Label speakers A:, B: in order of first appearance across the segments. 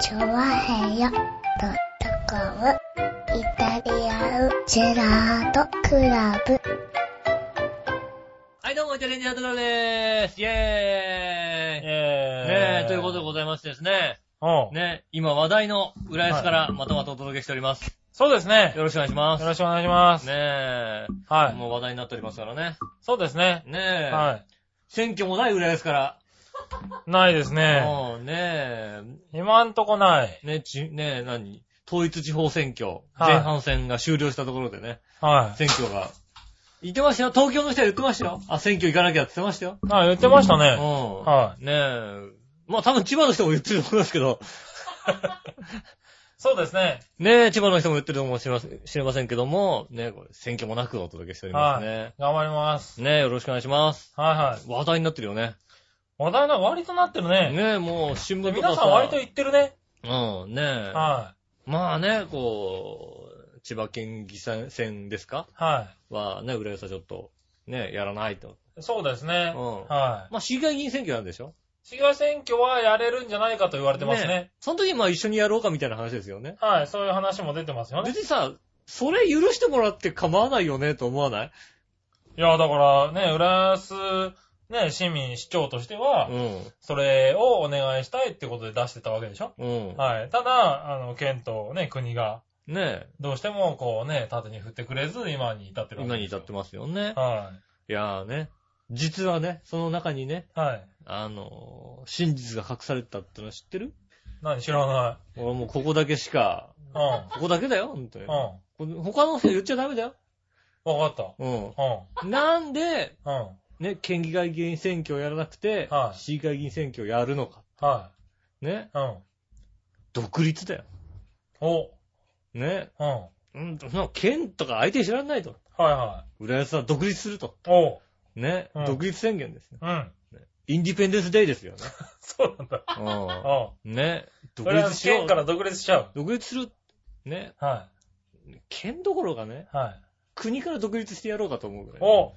A: チョワヘヨドットコムイタリアンジェラートクラブ。
B: はい、どうも、イタリアンジェラートクラブでーす。イェーイね
C: え
B: え、ということでございましてですね。
C: うん。
B: ね、今話題の浦安からまたまたお届けしております。
C: そうですね。
B: よろしくお願いしま
C: よ
B: す。
C: ろしくお願いします。
B: ねえ、
C: はい。
B: もう話題になっておりますからね。
C: そうですね。
B: ねえ、
C: は
B: 選挙もない浦安から。
C: い。ないですね。
B: もうね
C: 今んとこない。
B: え、ねち、ねえ、何統一地方選挙、
C: はい
B: 前半戦が終了したところでね、
C: はい。
B: 選挙 が。言ってましたよ。東京の人は言ってましたよ。あ、選挙行かなきゃって言ってましたよ。
C: あ、言ってましたね。
B: うん。
C: は
B: ねえ。まあ多分千葉の人も言ってると思いますけ ど。
C: そうですね。
B: ねえ、千葉の人も言ってると思うしれません知れませんけども、ねえ、これ選挙もなくお届けしております
C: は
B: ね。
C: い。頑張ります。
B: ねえ、よろしくお願いします。
C: はいはい。
B: 話題になってるよね。
C: 話題が割となってるね。
B: ねえ、もう新聞とか
C: 皆さん割と言ってるね。
B: うん、ねえ。
C: は
B: まあね、こう、千葉県議選ですか
C: い。は
B: はね、浦安はちょっと、ねえ、やらないと。
C: い。そうですね。
B: うん
C: は
B: まあ、市議会議員選挙なんでしょ
C: い。市議選挙はやれるんじゃないかと言われてます
B: え
C: ね。
B: その時まあ一緒にやろうかみたいな話ですよね。
C: はい。そういう話も出てますよね。
B: 別にさ、それ許してもらって構わないよねと思わない
C: いや、だからね、浦安、ね、市民、市長としては、
B: う
C: それをお願いしたいってことで出してたわけでし
B: ん。
C: ょ
B: うん。
C: はい。ただ、あの、県とね、国が、
B: ね
C: どうしても、こうね、縦に振ってくれず、今に至って
B: え、
C: る
B: 今に至ってますよね。
C: はい
B: やーね、実はね、その中にね、
C: い。はい。
B: あのー真実が隠されてたってのは知ってる
C: 何知らな
B: 俺もうここだけしか、
C: い。うん。う
B: ここだけだよ、ほんとに。
C: ん。
B: こ他の人言っちゃダメだよ。
C: わかっ
B: う。
C: た。うん
B: なんで、
C: ん。うん。
B: ね、県議会議員選挙をやらなくて、
C: はい
B: 市議会議員選挙をやるのか。
C: は
B: ね、
C: い。うん。
B: 独立だよ。
C: お。
B: ね、
C: うん。は
B: うんと、その県とか相手知らないと。
C: いは
B: 浦安は独立すると。
C: い。お。
B: ね、
C: うん
B: 独立宣言ですね。
C: うん。
B: インディペンデンスデイですよね。
C: そうなんだ。
B: うん
C: うん。
B: ね、独
C: それは
B: 立しよ
C: 県
B: う
C: か。ら独立しちゃう。
B: 独立する。ね、
C: は
B: 県どころがね、
C: い。はい。
B: 国から独立してやろうかと思うぐらい。
C: お。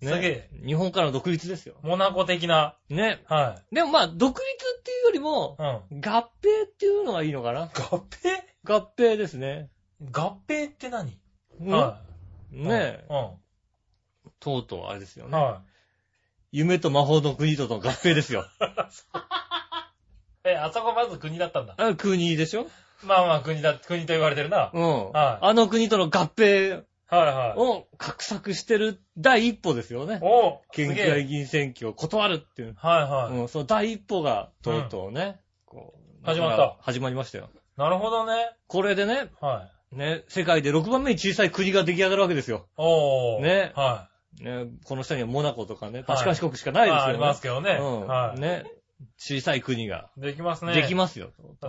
B: ね、
C: すげえ。
B: 日本からの独立ですよ。
C: モナコ的な。
B: ね。
C: は
B: でもまあ、独立っていうよりも
C: い。、うん。合
B: 合併っていうのがいいのかな。
C: 併
B: 合併ですね。
C: 合併って何
B: うん
C: は
B: ねえ、
C: うん。
B: とうとうあれですよ
C: うん。
B: ね。
C: は
B: 夢と魔法の国との合併です よ。
C: い。え、あそこまず国だったんだ。
B: あ国でしょ
C: まあまあ国だ、国と言われてるな。
B: うん。
C: はい
B: あの国との合併
C: はいはい。
B: を画策してる第一歩ですよね。
C: お
B: 県
C: す
B: 議
C: げ
B: 会
C: え。
B: 議員選挙を断るっていう。
C: はいはい。
B: うん、その第一歩が、とうとうね、こう。
C: 始まった
B: 始まりましたよ。
C: なるほどね。
B: これでね、
C: はい。
B: ね、世界で6番目に小さい国が出来上がるわけですよ。
C: おー。
B: ね
C: は。
B: ね、この下にはモナコとかね、パシファシ国しかないいで
C: まああります
B: す
C: けどね。
B: よね。うん、
C: はい。
B: ね、小さい国が、
C: できますね。
B: できますよ。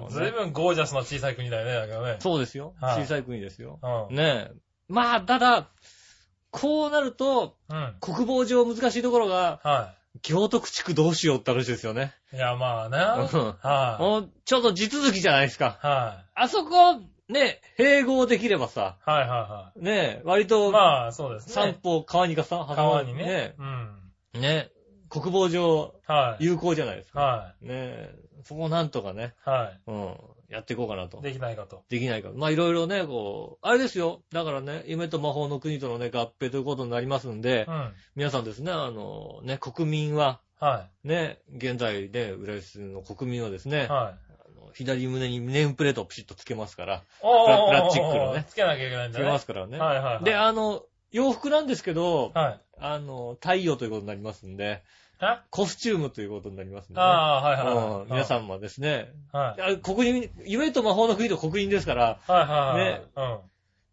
C: ずいぶんゴージャスな小さい国だよね、だけどね。
B: そうですよ。
C: はい
B: 小さい国ですよ。
C: う
B: ねまあ、ただ、こうなると、
C: ん。うん。
B: 国防上難しいところが、
C: は
B: 行徳地区どうしようって話ですよね。
C: い。いや、まあね。
B: うん
C: はい。
B: もう、ちょっと地続きじゃないですか。
C: はい。
B: あそこ、ね、併合できればさ、
C: はいはいは
B: ね、割
C: い。
B: と、
C: まあ、そうです
B: 三
C: ね。
B: 方川にかさ、
C: 川にね。うん。
B: ね。ね国防上、
C: はい。
B: 有効じゃないですか。
C: は
B: ねそこをなんとかね、
C: い。は
B: うん、やっていこうかなと
C: い。。できないかと。
B: できないから。まあ、いろいろね、こう、あれですよ。だからね、夢と魔法の国とのね、合併ということになりますんで
C: う、ん。
B: 皆さんですね、あの、ね、国民は、
C: は
B: ね、現在で、浦安の国民はですね
C: い。、はい。
B: あの左胸にネームプレートをピシッとつけますから、
C: おー。
B: プラスチックのね
C: つけなきゃいけないん
B: つ
C: だ
B: け
C: ね。
B: ますからね。
C: はいはいはい。
B: で、あの、洋服なんですけど、
C: はい。
B: あの、太陽ということになりますんで、
C: えあ
B: コスチュームということになりますんでね、
C: あー、はいはいは
B: う
C: い。
B: ん皆さんもですね、
C: ん。はい。
B: あ国民、夢と魔法の国と国民ですから、
C: はいはいは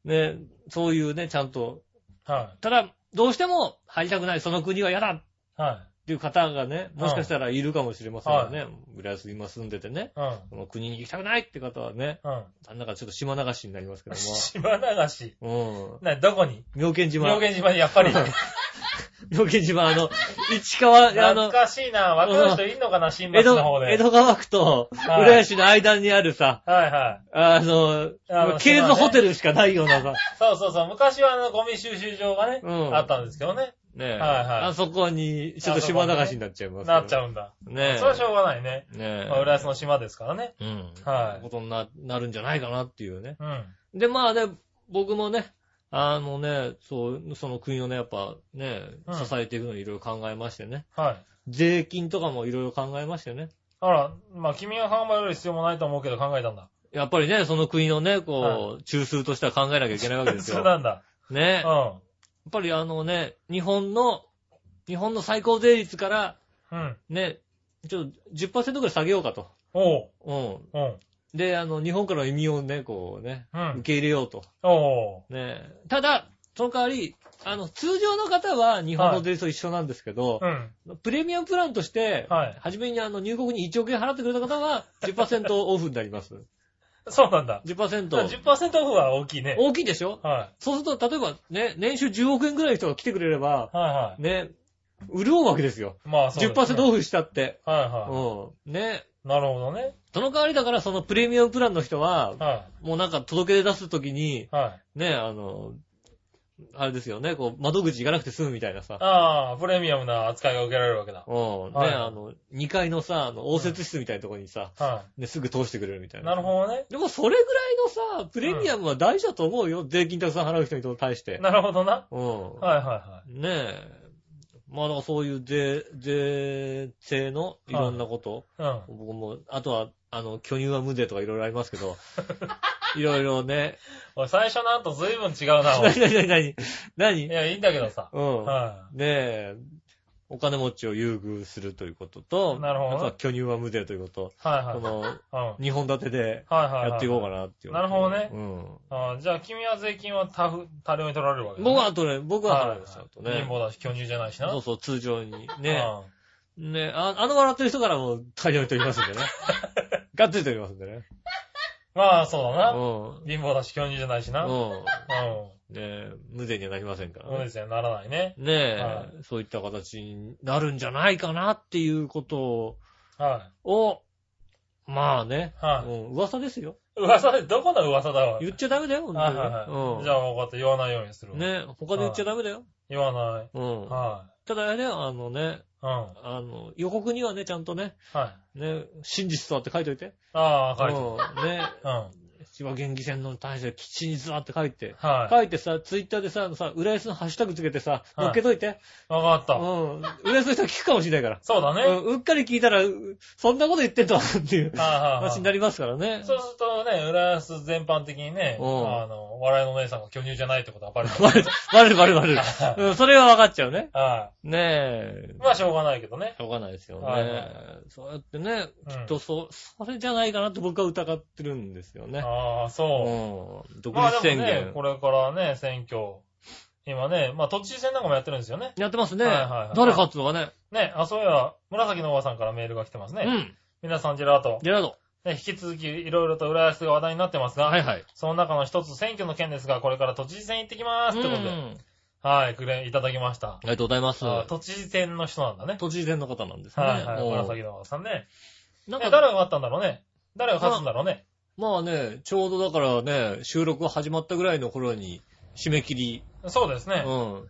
C: い。
B: ねね、そういうね、ちゃんと、
C: うん。は
B: ただ、どうしても入りたくない、その国は嫌だっ
C: い。は
B: ていう方がね、もしかしたらいるかもしれませんよね。浦安今住んでてね、
C: い。
B: この国に行きたくないって方はね、
C: うん。
B: なんだかちょっと島流しになりますけ
C: うん。
B: ど
C: 島流し。
B: も、
C: な、どこに
B: うん。妙見島。
C: 妙見島にや っぱり。
B: 妙見島、あの、市川、あ
C: 懐
B: の、
C: かしい な。わかる人いんのかな新
B: 江
C: 橋の方
B: 戸、
C: で。
B: 江戸川区と
C: はい
B: 浦安市の間にあるさ、
C: はいはい。
B: あの
C: あの、
B: ケーズ
C: 島ね
B: ホテルしかないようなさ、
C: そうそうそう。昔はあの、ゴミ収集場がね、
B: うん
C: あったんですけどね。
B: ねえ。
C: はいはい
B: あそこに、ちょっと島流しになっちゃいます、
C: なっち
B: う。
C: ゃうんだ。
B: ねえ。
C: それはしょうがないね。
B: ねえ。
C: まあ、浦安の島ですからね。
B: うん。
C: はい
B: ことにな、なるんじゃないかなっていうね。
C: うん。
B: で、まあね、僕もね、あのね、そう、その国をね、やっぱね
C: う、ん
B: 支えていくのをいろいろ考えましてね。
C: はい。
B: 税金とかもいろいろ考えましてね。
C: あら、まあ、君が考える必要もないと思うけど考えたんだ。
B: やっぱりね、その国のね、こう、中枢としては考えなきゃいけないわけです
C: そう
B: よ。
C: なんだ。う
B: ね。
C: ん
B: やっ。ぱりあのね、日本の、日本の最高税率から、
C: うん。
B: ね、ちょっと10%ぐらい下げようかと。
C: おう。
B: うん。
C: うん。
B: で、あの、日本からの移民をね、こうね、
C: う
B: 受
C: ん。
B: け入れようと。
C: おう。
B: ねえ。ただ、その代わり、あの、通常の方は日本の税率と一緒なんですけど、
C: うん。
B: プレミアムプランとして、
C: はい
B: 初めにあの入国に1億円払ってくれた方は10%オフになります。
C: そうなんだ。
B: 10%。
C: 10%オフは大きいね。
B: 大きいでしょ
C: は
B: そうすると、例えばね、年収10億円ぐらいの人が来てくれれば、
C: い。はいは
B: ね、潤うわけですよ。
C: い。まあ、そうですね
B: 10%オフしたって。
C: はいうは
B: ん。ね。
C: い。なるほどね。
B: その代わりだから、そのプレミアムプランの人は、
C: は
B: もうなんか届け出すときに、
C: い。はい。
B: ね、あの、あれですよね、こう、窓口行かなくて済むみたいなさ。
C: ああ、プレミアムな扱いが受けられるわけだ。
B: うん。ね、
C: はい
B: あの、2階のさ、あの、応接室みたいなとこにさ、
C: は
B: ね、すぐ通してくれるみたい
C: い。
B: な。
C: なるほどね。
B: でも、それぐらいのさ、プレミアムは大事だと思うよ。税金たくさん払う人に対して。
C: なるほどな。
B: うん。
C: はいはいは
B: ねえ。まあ、だからそういう税、税制のいろんなこと。
C: い。うん。
B: 僕も、あとは、あの、巨乳は無税とかいろいろありますけ ど、いろいろね。
C: おい、最初のと随分違うな、おい。
B: 何何何何何
C: いや、いいんだけどさ。
B: うん。
C: は
B: ねえ、お金持ちを優遇するということと、
C: なるほど
B: あとは巨乳は無税ということ、
C: い。はいはい。
B: こ
C: うん。
B: の、
C: はい
B: 2本立てで
C: はいはい。
B: やっていこうかなっていう。
C: なるほどね
B: うん。
C: ああ、じゃあ君は税金は多分多量に取られるわけだね
B: 僕は、あとね、僕
C: はい
B: は
C: は
B: 払
C: い
B: いますよ、あと
C: 貧
B: ね。
C: 乏だし、巨乳じゃないしな。
B: そう
C: そ
B: そう、通常に
C: う
B: ね。ねあ、あの笑ってる人からも大量に取りますんで ね。がっつり取りますんでね。
C: まあ、そう
B: う
C: だな。
B: ん。
C: 貧乏だし、巨乳じゃないしな。うん。
B: うん。ねえ、無税にはなりませんか
C: そう
B: ら
C: で
B: ね。
C: すよ、ならないね。
B: ねえ、
C: は
B: そういった形になるんじゃないかなっていうこと
C: は
B: を、まあね、
C: い。は
B: うん、噂ですよ。
C: い。噂で、どこの噂だわ。
B: 言っちゃダメだよ、本
C: はい
B: 当
C: はい
B: に
C: はい。
B: ね。
C: じゃあ、分かった。言わないようにする
B: う
C: わ
B: ん。。ね他で言っちゃダメだよ。
C: 言わない。
B: うん。
C: は
B: ただね、あのね、
C: い。うん。はい。
B: あの、予告にはね、ちゃんとね、
C: あ
B: ね、真実とはって書いといて。
C: あ、書いてる。
B: うん。ね、
C: うん。
B: 千葉県議選の対して、真実はって書いて。
C: は
B: 書いてさ、ツイッターでさ、あのさ、浦安のハッシュタグつけてさ、
C: はい
B: 乗っけといて。
C: い。わかっ
B: う
C: た。
B: ん。浦安の人は聞くかもしれないから。
C: そうだね。はい
B: うん、うっかり聞いたら、うそんなこと言ってんだっていう
C: はいはい
B: 話になりますからね。
C: そうするとね、浦安全般的にね、あ
B: うん
C: の、笑いのお姉さんが巨乳じゃないってことがバ レた。
B: バレる、バレる、バレる、バレる。うん、それは分かっちゃうね。
C: は
B: ねえ
C: い。。まあ、しょうがないけどね。
B: しょうがないですよ
C: はいは
B: ね。そうやってね、
C: うん
B: きっとそ、それじゃないかなと僕は疑ってるんですよね。
C: ああ、
B: う
C: そ
B: ん。
C: う。
B: 独
C: まあ
B: 立
C: で
B: 宣
C: もね
B: 言、。
C: これからね、選挙。今ね、まあ、都知事選なんかもやってるんですよね。
B: やってますね。
C: はいはいはい
B: 誰勝つのかね。
C: ね、あ、そういや、紫のおばさんからメールが来てますね。
B: うん。
C: 皆さん、ジェラート。
B: ジェラード。
C: ね、引き続き、いろいろと浦安が話題になってますが、
B: はいはい。
C: その中の一つ、選挙の件ですが、これから都知事選行ってきま
B: あ
C: すってことで、はい、くれ、いただきました。
B: りがとうございます。
C: あ都知事選の人なんだね。
B: 都知事選の方なんですね。
C: はい、はい、
B: うん
C: 紫のおばさんね。
B: な
C: ね
B: んか、
C: 誰が勝ったんだろうね。誰が勝つんだろうね。
B: まあね、ちょうどだからね、収録が始まったぐらいの頃に、締め切り。
C: そうです
B: う
C: ね。
B: ん。
C: はい。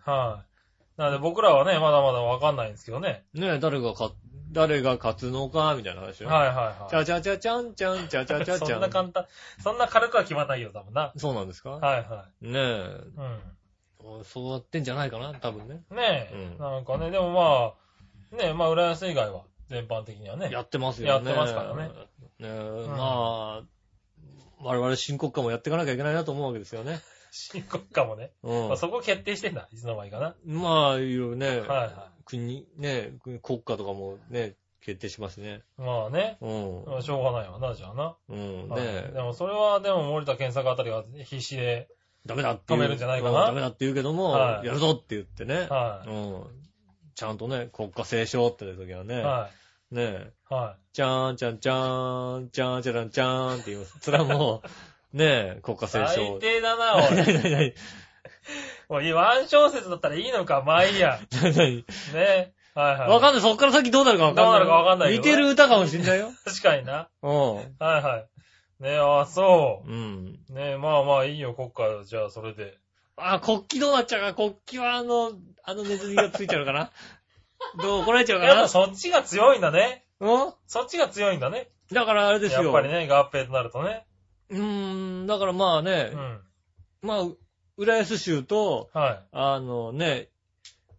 C: なので僕らはね、まだまだわかんないんですけどね。
B: ね誰が勝、誰が勝つのか、みたいな話
C: はい
B: よ。
C: はい
B: ち
C: は
B: ゃちゃちゃちゃんちゃんちゃちゃち
C: い。
B: ゃち
C: そ
B: ゃ
C: んな簡単、そんな軽くは決まんないよ、多分な。
B: そうなんですか
C: はいは
B: ねえ、
C: い。
B: そうやってんじゃないかな、多分ね。
C: うん。ねえ
B: う、ん
C: なんかね、でもまあ、ねえ、まあ、浦安以外は、全般的にはね。
B: やってますよね。
C: やってますからね
B: ねえ、まあ、我々深刻化もやっていかなきゃいけないなと思うわけですよね。
C: 新国家もね。
B: うん
C: まあ、。そこ決定してんだ、いつの間にかな。
B: まあ、いろいろね、
C: はいは
B: 国、ね、国国家とかもね、決定しますね。
C: い。まあね。
B: うん。
C: まあしょうがないわな、じゃあな。
B: うん。ね
C: はい
B: え
C: でもそれは、でも森田健作あたりが必死で、
B: ダメだって言う。
C: 止めるんじゃないかな
B: うんダメだって言うけども、
C: はい
B: やるぞって言ってね。
C: は
B: うん。ちゃんとね、国家斉唱って時はね、
C: い。は
B: ねえ、
C: い。は
B: ちゃーんちゃんちゃーん、ちゃーんちゃらんちゃーんって言います。それはもう、ねえ、国家
C: い。
B: 斉
C: 最
B: 唱。
C: 低だ な、おい。
B: 何何何
C: おい、ワン小節だったらいいのか、まあいいや。
B: 何何
C: ね。はいはい。
B: わかん
C: ん
B: ない。そっから先どうなるかわかんない。
C: どうなるかわかんないけ
B: 似
C: ど
B: てる歌かもしんないよ。
C: 確かにな。
B: う
C: はいはい。ねあ、そ
B: ん。うん。
C: う。ねまあまあいいよ、国家。じゃあ、それで。
B: あ、国旗どうなっちゃうか国旗はあの、あのネズミがついちゃうのかなどう怒られちゃうか
C: やっぱ
B: な
C: そっちが強いんだね。
B: うん
C: そっちが強いんだね。
B: だからあれです
C: や
B: よ。
C: っぱりね、合併となるとね。
B: うーん、だからまあ
C: う
B: ね、
C: ん。
B: まあ、浦安州と、
C: はい。
B: あのね、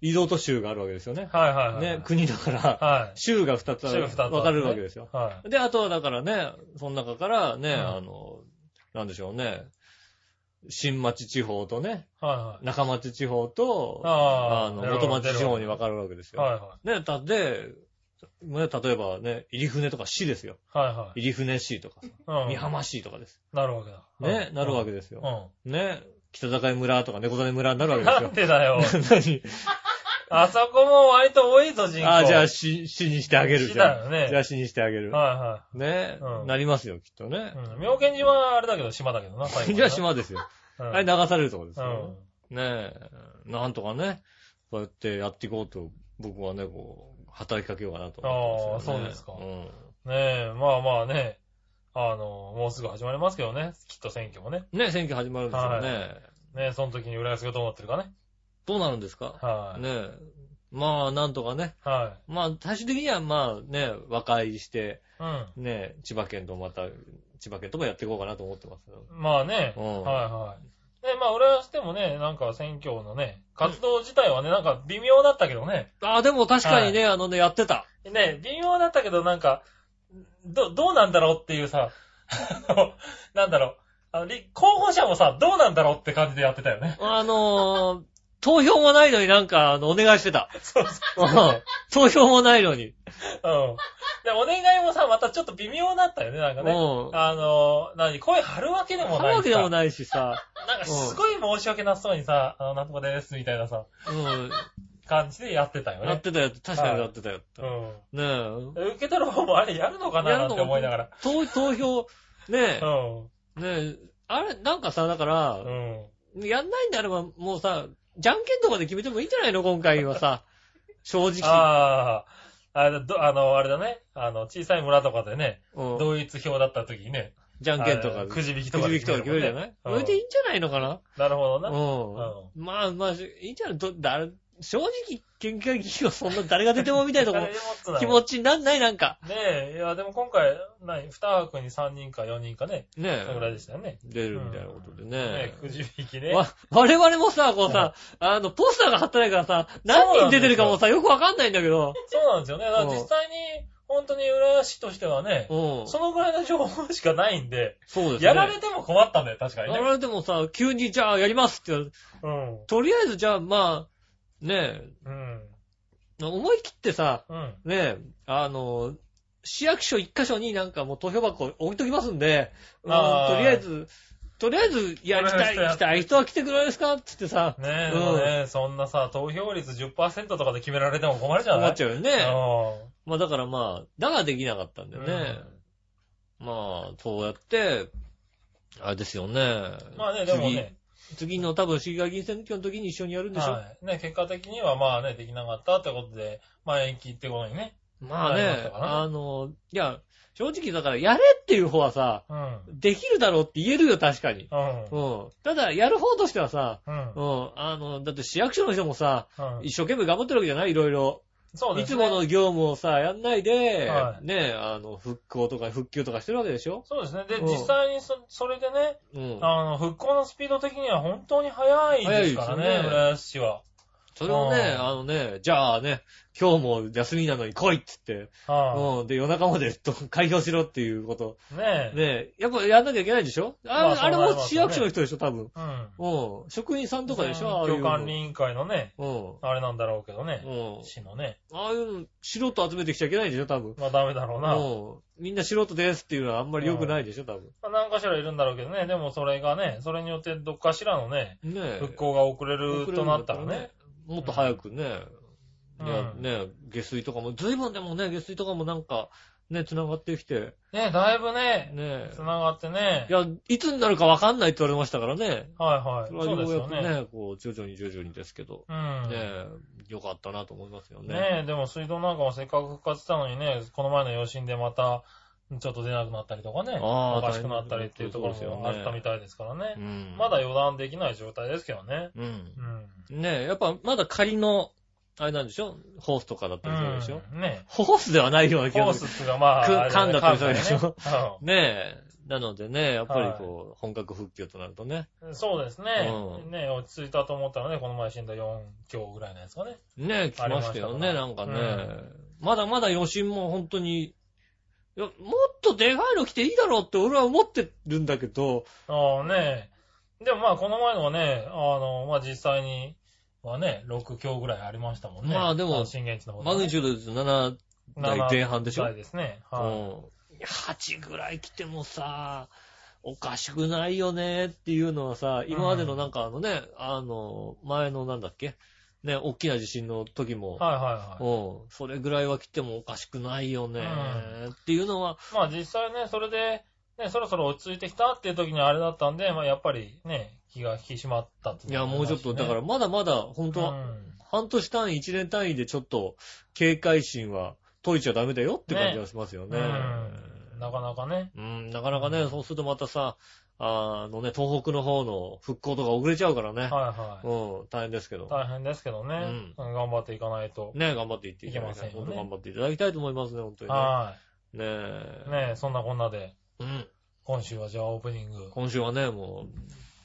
B: リゾート州があるわけですよね。
C: はいはいはい。
B: ね、国だから、
C: は
B: 州が2つあ
C: 州が
B: る
C: 二つあるね
B: 分かれるわけですよ。
C: い。はい。
B: で、あとはだからね、その中からね、
C: うん
B: あの、なんでしょうね、新町地方とね、
C: はいはい。
B: 中町地方と、
C: あ
B: あ
C: あ
B: の、元町地方に分かれるわけですよ。
C: はいは
B: ね、たで、ね、例えばね、入船とか市ですよ。
C: い。はいはい。
B: 入船市とか、
C: うん
B: 三浜市とかです。
C: なるわけだ。
B: ね、
C: うん
B: なるわけです
C: う
B: よ。
C: ん。
B: ね、北境村とか猫種村になるわけ
C: なん
B: で
C: でだ よ。
B: すよ。
C: あそこも割と多いぞ、人口。
B: 何あ、じゃあ、死、死にしてあげる
C: 死
B: じゃ
C: だ
B: ん。
C: よね。
B: じゃあ死にしてあげる。
C: は
B: ね、
C: うん
B: なりますよ、きっとね
C: い。はい。うん。妙見寺はあれだけど、島だけどな、最後はな
B: じゃあ島ですよ。
C: うん
B: あれ流されるとこです
C: う
B: よ
C: ん。
B: ね。ねえ、なんとかね、こうやってやっていこうと、僕はね、こう、働きかけようかなと思ってますよね
C: ああそうですか
B: うん。
C: ねえ、まあまあね。あの、もうすぐ始まりますけどね。きっと選挙もね。
B: ね、選挙始まるんですよね。
C: ねえ、その時に浦安がどうなってるかね。
B: どうなるんですか
C: はい。
B: ねえ。まあ、なんとかね。
C: は
B: まあ、最終的にはまあね、和解して、
C: い。うん。
B: ねえ、千葉県とまた、千葉県ともやっていこうかなと思ってますよ。
C: まあね。
B: う
C: は
B: ん
C: いはい。ねまあ、浦安でもね、なんか選挙のね、活動自体はね、なんか微妙だったけどね。
B: ああ、でも確かにね、あのね、やってた。
C: ね、微妙だったけど、なんか、ど、どうなんだろうっていうさ、 あのなんだろう。あの、立候補者もさ、どうなんだろうって感じでやってたよね。
B: あのー、投票もないのになんか、あの、お願いしてた。
C: そうそう。
B: うん投票もないのに。
C: うん。で、お願いもさ、またちょっと微妙だったよね、なんか
B: う
C: ね。
B: ん。
C: あの、何、声張るわけでも
B: あ
C: ない
B: るわ
C: しさ
B: けでもないしさ。
C: なんかすごい申し訳なさそうにさ、あの、なんとかです、みたいなさ、
B: う
C: 感じでやってたよ
B: ん。やっ
C: ね。
B: てたやってた、確かにやってたよ。
C: うん。
B: ねえ。
C: 受け取る方もあれやるのかな
B: や
C: な
B: る
C: ん
B: の
C: て
B: か
C: 思いながら。
B: 投投票、ね
C: うん。
B: え、ねえ、あれ、なんかさ、だか
C: う
B: ら、
C: ん。
B: やんないんであれば、もうさ、じゃんけんとかで決めてもいいんじゃないの今回はさ。正直。
C: ああ、あれだ、どあの、あれだね。あの、小さい村とかでね、
B: うん
C: 同一票だった時にね、
B: じゃんけんとかで
C: あれ。くじ引きと
B: く
C: か
B: じ引きとか決めるじゃ
C: い
B: ない
C: うん
B: それでいいんじゃないのかな
C: なるほどな。
B: うん。まあまあ、いいんじゃないど、だ、正直、県会議員はそんな誰が出てもみたいなとこ
C: 誰でもっつうのは
B: 気持ちになんないなんか。
C: ねえ、いや、でも今回、何、二泊に三人か四人かね、
B: ね
C: そのぐらいでしたよね。
B: 出るみたいなことで
C: ね
B: ね
C: え、。くじ引きね。
B: わ、我々もさ、こうさ、あの、ポスターが貼ってないからさ、何人出てるかもさ、よくわかんないんだけど。
C: そうなんですよね。だから
B: うん
C: 実際に、本当に浦安市としてはね、
B: うん。
C: そのぐらいの情報しかないんで、
B: そうですね。
C: やられても困ったんだよ、確かに
B: や
C: ね。
B: られてもさ、急にじゃあやりますって言われて
C: うん。
B: とりあえずじゃあまあ、ね
C: うん。
B: え、思い切ってさ、
C: うん。
B: ねえ、あの、市役所一箇所になんかもう投票箱置いときますんで、うん、と
C: あー
B: りあえず、とりあえず、いや、
C: と
B: 来
C: りあ
B: た
C: え
B: い、
C: ずや
B: 来たい人は来てくれないですかって言ってさ、
C: ねえ、
B: うん
C: でもね、そんなさ、投票率10%とかで決められても困るじゃない
B: 思っちゃうよね。
C: うん
B: まあだからまあ、だからできなかったんだよね。まあ、そうやって、あれですよね。
C: まあね、でもね、
B: 次、次の多分市議会議員選挙の時に一緒にやるんでしょ、
C: はい。ね、結果的にはまあね、できなかったってことで、まあ延期ってことにね。
B: まあ
C: なりまし
B: ね
C: た、かな
B: あの、いや、正直だからやれっていう方はさ、
C: うん。
B: できるだろうって言えるよ、確かに。
C: うん。
B: うん。ただ、やる方としてはさ、
C: うん
B: う。ん。あの、だって市役所の人もさ、
C: うん
B: 一生懸命頑張ってるわけじゃないいろいろ。
C: そうで
B: いつ
C: すね。
B: もの業務をさ、やんないで、
C: はい
B: ねえ、あの、復興とか復旧とかしてるわけでしょ
C: そうですね。で、
B: うん
C: 実際にそ、それでね、
B: うん。
C: あの、復興のスピード的には本当に早いですから
B: 早いですよ
C: ね、
B: ね
C: 浦安市は。
B: それをね、
C: うん
B: あのね、じゃあね、今日も休みなのに来いっつって、
C: は
B: うん。で、夜中までと 開票しろっていうこと。
C: い。ねえ。
B: ねえ、やっぱやんなきゃいけないでしょあ,、
C: まあそう
B: あれ
C: なりますよ
B: も市
C: ね
B: 役所の人でしょ多分。
C: うん。
B: うん。職員さんとかでしょああい
C: 教
B: うの
C: 管理委員会のね、
B: うん。
C: あれなんだろうけどね。
B: うん。
C: 市のね。
B: ああいうの、素人集めてきちゃいけないでしょ多分。
C: まあダメだろうな。
B: うん。みんな素人ですっていうのはあんまり良くないでしょ、多分。
C: まあ何かしらいるんだろうけどね。でもそれがね、それによってどっかしらのね、
B: ねえ。
C: 復興が遅れるとなったらね。。
B: もっと早くね、
C: うん
B: いやね下水とかも、随分でもね、下水とかもなんか、ね、繋がってきて、
C: ね、だいぶね、
B: ね
C: 繋がってね
B: い。や、いつになるかわかんないって言われましたからね。
C: はいはい。
B: それは
C: そ
B: よ
C: うです
B: うや
C: よ
B: く
C: ね。
B: ね、こう、徐々に徐々にですけど、
C: う
B: ね
C: ん。
B: え、よかったなと思いますよね。
C: ねえ、でも水道なんかもせっかく復活したのにね、この前の余震でまた、ちょっと出なくなったりとかね、
B: ああ
C: おかしくなったりっていうところ
B: そうですよ
C: も
B: ね
C: あったみたいですからね。
B: うん。
C: まだ予断できない状態ですけどね。
B: うん。
C: うん。
B: ねえ、やっぱまだ仮の、あれなんでしょホースとかだったりするでしょ、
C: うんね。
B: ホースではないような気
C: コ
B: が
C: ー
B: す
C: ス
B: る。
C: っていうかまあ、
B: く
C: あれだ
B: 噛
C: ね
B: んだってことでしょ
C: 噛んだ ね
B: ねえ。なのでね、やっぱりこう、本格復旧となるとね。
C: うんそうですね
B: う。ん
C: ね、落ち着いたと思ったらね、この前死んだ4強ぐらいのやつがね。
B: ねえ、来ましたよね、
C: あり
B: な
C: ま
B: ん
C: した
B: か
C: か
B: ね
C: ら。
B: まだまだ余震も本当に、いやもっとでかいの来ていいだろうって俺は思ってるんだけど、
C: ああね。でもまあ、この前のはね、あの、まあ実際にはね、6強ぐらいありましたもんね。
B: まあでも
C: の震源地の方
B: マグニチ
C: ュ
B: ュード7代前半でしょ
C: いですね。はい。
B: うん8ぐらい来てもさ、おかしくないよねっていうのはさ、今までのなんかあのね、あの、前のなんだっけね、大きな地震の時も、
C: はいはいは
B: うん、それぐらいは来てもおかしくないよねっていうのは、
C: い。まあ実際ね、それで、ね、そろそろ落ち着いてきたっていう時にあれだったんで、まあやっぱりね、気が引き締まったって
B: い
C: いの
B: や、
C: があり
B: もう
C: ます
B: ち
C: し
B: ょっ
C: ね
B: と、だからまだまだ、本当
C: う
B: は、
C: ん
B: 半年単位、一年単位でちょっと、警戒心は解いちゃダメだよって感じがしますよね。
C: うんなかなかね。
B: うん、なかなかね、そうするとまたさ、あのね、東北の方の復興とか遅れちゃうからね。
C: はいは
B: うん、大変ですけど
C: い。。大変ですけどね。うん頑張っていかないと。
B: ね、頑張っていっていただきたい。
C: いけませんよ
B: 本
C: ね
B: 当頑張っていただきたいと思いますね、本当にね。
C: は
B: ねえ
C: い。ねそんなこんなで、
B: うん。
C: 今週はじゃあオープニング。
B: 今週はね、もう、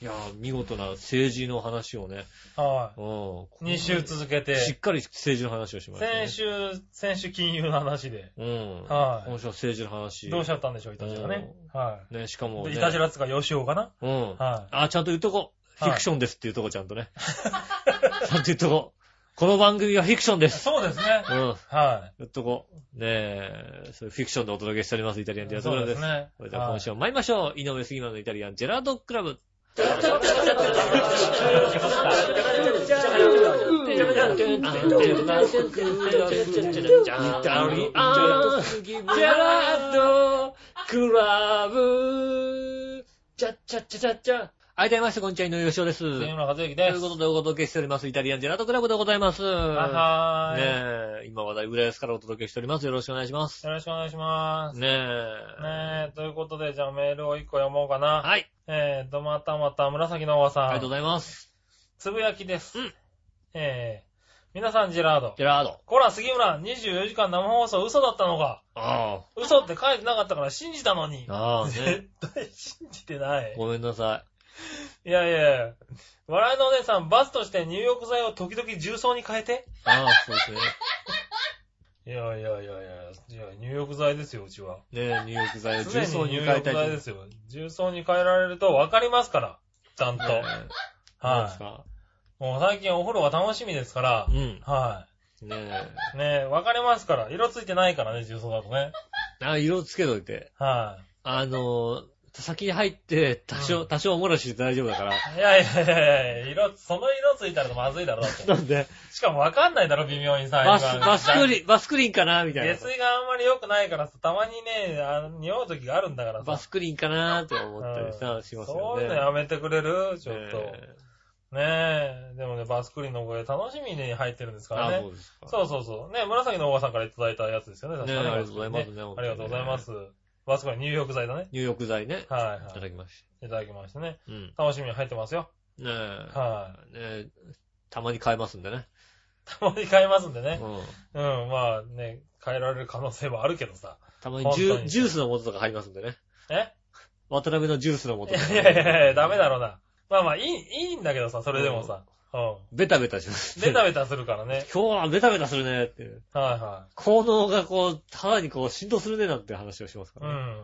B: いやー、見事な政治の話をね、
C: は
B: うん。
C: い。2週続け、
B: しってかり政治の話をしました、ね。
C: 先週、先週金融の話で、
B: うん。
C: はい
B: 今週は政治の話。
C: どうしちゃったんでしょう、イタジラね。は
B: ね、しかも、
C: い。
B: ね。
C: でイタジラっつうか、ヨシオかな
B: うん。
C: は
B: あ、ちゃんと言っとこう。フ
C: はい
B: ィクションですっていうとこちゃんとね。ちゃんと言っとこう。この番組はフィクションで
C: い。
B: す。
C: そうですね
B: う。ん。
C: は
B: 言っとこう。ねえ、そういうフィクションでお届けしております、イタリアン
C: い。
B: ジェラートクラブで。
C: そうですすね。
B: それでは今週も参りましょう。井上杉村のイタリアンジェラードクラブ。イタリアンジェラードクラブ。チャッチャッチャチャッチャ。あいたいまして、こんにちは、井上芳雄です。と
C: 杉
B: い
C: 村和之です。
B: うことでお届けしております、イタリアンジェラードクラブでございます。
C: はーい。
B: ねえ、今話題浦安からお届けしております。よろしくお願いします。
C: よろしくお願いします。
B: ねえ。
C: ねえ、ということで、じゃあメールを1個読もうかな。
B: はい。
C: えーと、またまた、紫のおばさん。
B: ありがとうございます。
C: つぶやきです。
B: うん
C: えー、皆さん、ジェラード。
B: ジェラード。
C: こら、杉村、24時間生放送嘘だったのか。
B: あ
C: 嘘って書いてなかったから信じたのに
B: あ。。ああね。
C: 絶対信じてない。
B: ごめんなさ
C: いやいやいや笑いのお姉さん、罰として入浴剤を時々重曹に変えて。
B: い。ああ、そうですね。
C: いやいやいやいや、いや入浴剤ですよ、うちは。
B: ねえ、入浴剤を
C: 常
B: 重
C: に
B: 曹に
C: 入
B: 変え
C: 浴
B: たい
C: 剤で
B: と。
C: すよ。重曹に変えられると分かりますから。ちゃんと。
B: ねえどうです
C: はい。
B: か
C: もう最近お風呂が楽しみですから
B: う。ん。
C: はい。
B: ねえ。
C: ねえ、分かれますから。色ついてないからね、重曹だとね。
B: あ、色つけといて。
C: は
B: あのー、先に入って、多
C: う
B: 少、
C: ん
B: 多少漏らしで大丈夫だから。
C: い。いやいやいやいや、色、その色ついたらまずいだろ、だっ て。
B: なんで、
C: しかも分かんないだろ、微妙にさ。
B: バス、
C: 今
B: バスクリーン、バスクリーンかなみたい
C: 下
B: な。
C: 水があんまり良くないからさ、たまにね、あの匂う時があるんだからさ。
B: バスクリーンかなって思ったり
C: う
B: さ、
C: ん
B: しますよ
C: そういう
B: ね。
C: のやめてくれるちょっと。
B: ねえ
C: ねえ。でもね、バスクリーンの声楽しみに入ってるんですから
B: あ、
C: ね。
B: そうですか。
C: そうそうそう。ね、紫のおばさんからいただいたやつですよね、確かに。
B: ねえありがとうございますね
C: ありがとうございます。バスクリーン入浴剤だね。
B: 入浴剤ね。
C: はい
B: いた
C: は
B: だきまし
C: い。いただきましたね。
B: た。うん。
C: 楽しみに入ってますよ。
B: ねえ。
C: は
B: ねえ、たまに変えますんでね。
C: い。たまに変えますんでね
B: う。ん。
C: うん、まあね、変えられる可能性はあるけどさ。
B: たまにジュ
C: 本当に
B: ジュースの素とか入りますんでね。
C: え
B: 渡辺のジュースの素と
C: い
B: か。
C: やいやいやいや、ダメだろうな。まあまあ、いい、いいんだけどさ、それでもさ。うん。
B: ベタベタします。
C: ベタベタするからね。
B: 今日はベタベタするねっていう。
C: はいは
B: 効能がこう、肌にこう振動するねなんて話をしますか
C: い。う
B: らね。
C: ん。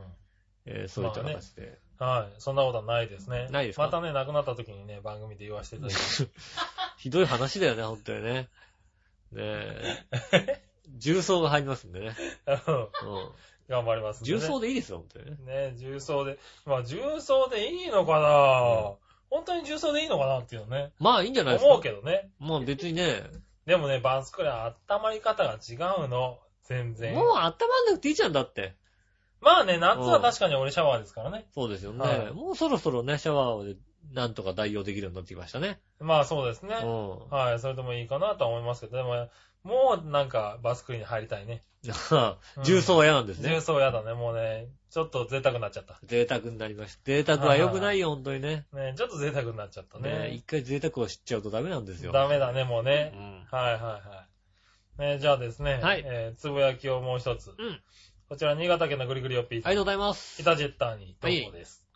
B: えーそういった形で。
C: はい。そんなことはないですね。
B: ないですか
C: またね、亡くなった時にね、番組で言わせていただいて。
B: ひどい話だよね、本当にね。ねえ。 重曹が入りますんでね。
C: うん
B: うん。
C: 頑張りますんでね。
B: 重曹でいいですよ、本当にね。
C: ね、重曹で。まあ、重曹でいいのかな、本当に重曹でいいのかなっていうね。
B: まあいいんじゃないです
C: 思う
B: か。
C: けどね。
B: まあ別にね、
C: でもね、バスクラー温まり方が違うの。全然。
B: もう温まんなくていいじゃんだって。
C: まあね、夏は確かに俺シャワーですからね。
B: そうですよね。
C: はい
B: もうそろそろね、シャワーでなんとか代用できるようになってきましたね。
C: まあそうですね。
B: うん。
C: はい、それでもいいかなとは思いますけど、でも、もうなんかバスクリに入りたいね。
B: ああ重曹は嫌なんですね
C: 重。曹やだね。もうね、ちょっと贅沢になっちゃった。
B: 贅沢になりました。贅沢は良くないよ、本当にね。
C: ねちょっと贅沢になっちゃった
B: ね
C: ね。
B: 一回贅沢を知っちゃうとダメなんですよ。
C: ダメだね、もう
B: う
C: ね。
B: ん。
C: はいはいはい。ねじゃあですね。
B: はい
C: えーつぶやきをもう一つ。
B: うん
C: こちら、新潟県のぐりぐりよっぴーさ
B: あ
C: ん。
B: りがとうございます。
C: イタジェッターに投稿です。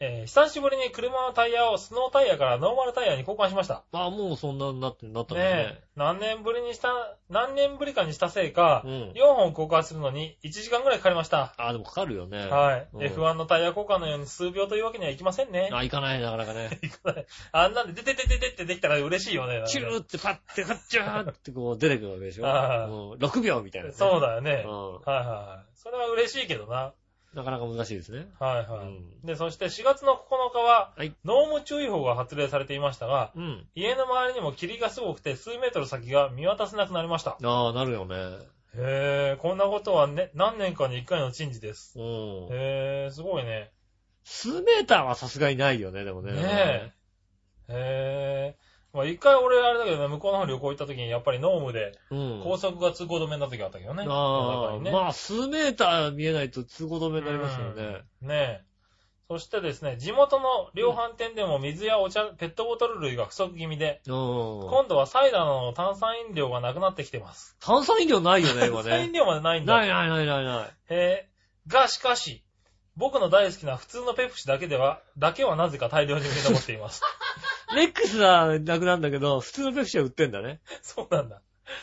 C: えー久しぶりに車のタイヤをスノータイヤからノーマルタイヤに交換しました。
B: ああ、もうそんなになって、なったん
C: ね
B: ですね
C: え。、何年ぶりにした、何年ぶりかにしたせいか、
B: うん
C: 4本交換するのに1時間ぐらいかかりました。
B: ああ、でもかかるよね。
C: はい、
B: うん
C: F1 のタイヤ交換のように数秒というわけにはいきませんね。
B: あ、行かない、なかなか ね。
C: あんなんで、でててててってできたら嬉しいよね。
B: チューってパッて、カッチャーってこう出てくるわけでしょ。
C: ああ
B: もう6秒みたいなね、
C: そうだよね。
B: う
C: はいはいはい。それは嬉しいけどな。
B: ん。なかなか難しいですね。
C: はい
B: うん
C: はい。。で、そして4月の9日は、
B: はい
C: 濃霧注意報が発令されていましたが、
B: うん。
C: 家の周りにも霧がすごくて数メートル先が見渡せなくなりました。
B: ああ、なるよね。
C: へえ、こんなことはね、何年かに1回の珍事です。
B: うん。
C: へえ、すごいね。
B: 数メーターはさすがにないよね、でもね。
C: ねへえ。まあ一回俺あれだけどね、向こうの方旅行行った時にやっぱり濃霧で
B: うん。
C: 高速が通行止めになった時があったけどね。
B: ああ、
C: 夜中にね
B: まあ、数メーター見えないと通行止めになりますよね。
C: ねえ。そしてですね、地元の量販店でも水やお茶、ペットボトル類が不足気味で、
B: うん。
C: 今度はサイダーの炭酸飲料がなくなってきてます。
B: 炭酸飲料ないよね、今
C: 炭酸飲
B: ね。
C: 料までないんだ。
B: ないないないないない。
C: えーが、しかし、僕の大好きな普通のペプシだけでは、だけはなぜか大量に水を持ってい ます。
B: レックスはなくなんだけど、普通のペプシは売ってんだね。
C: そうなんだ。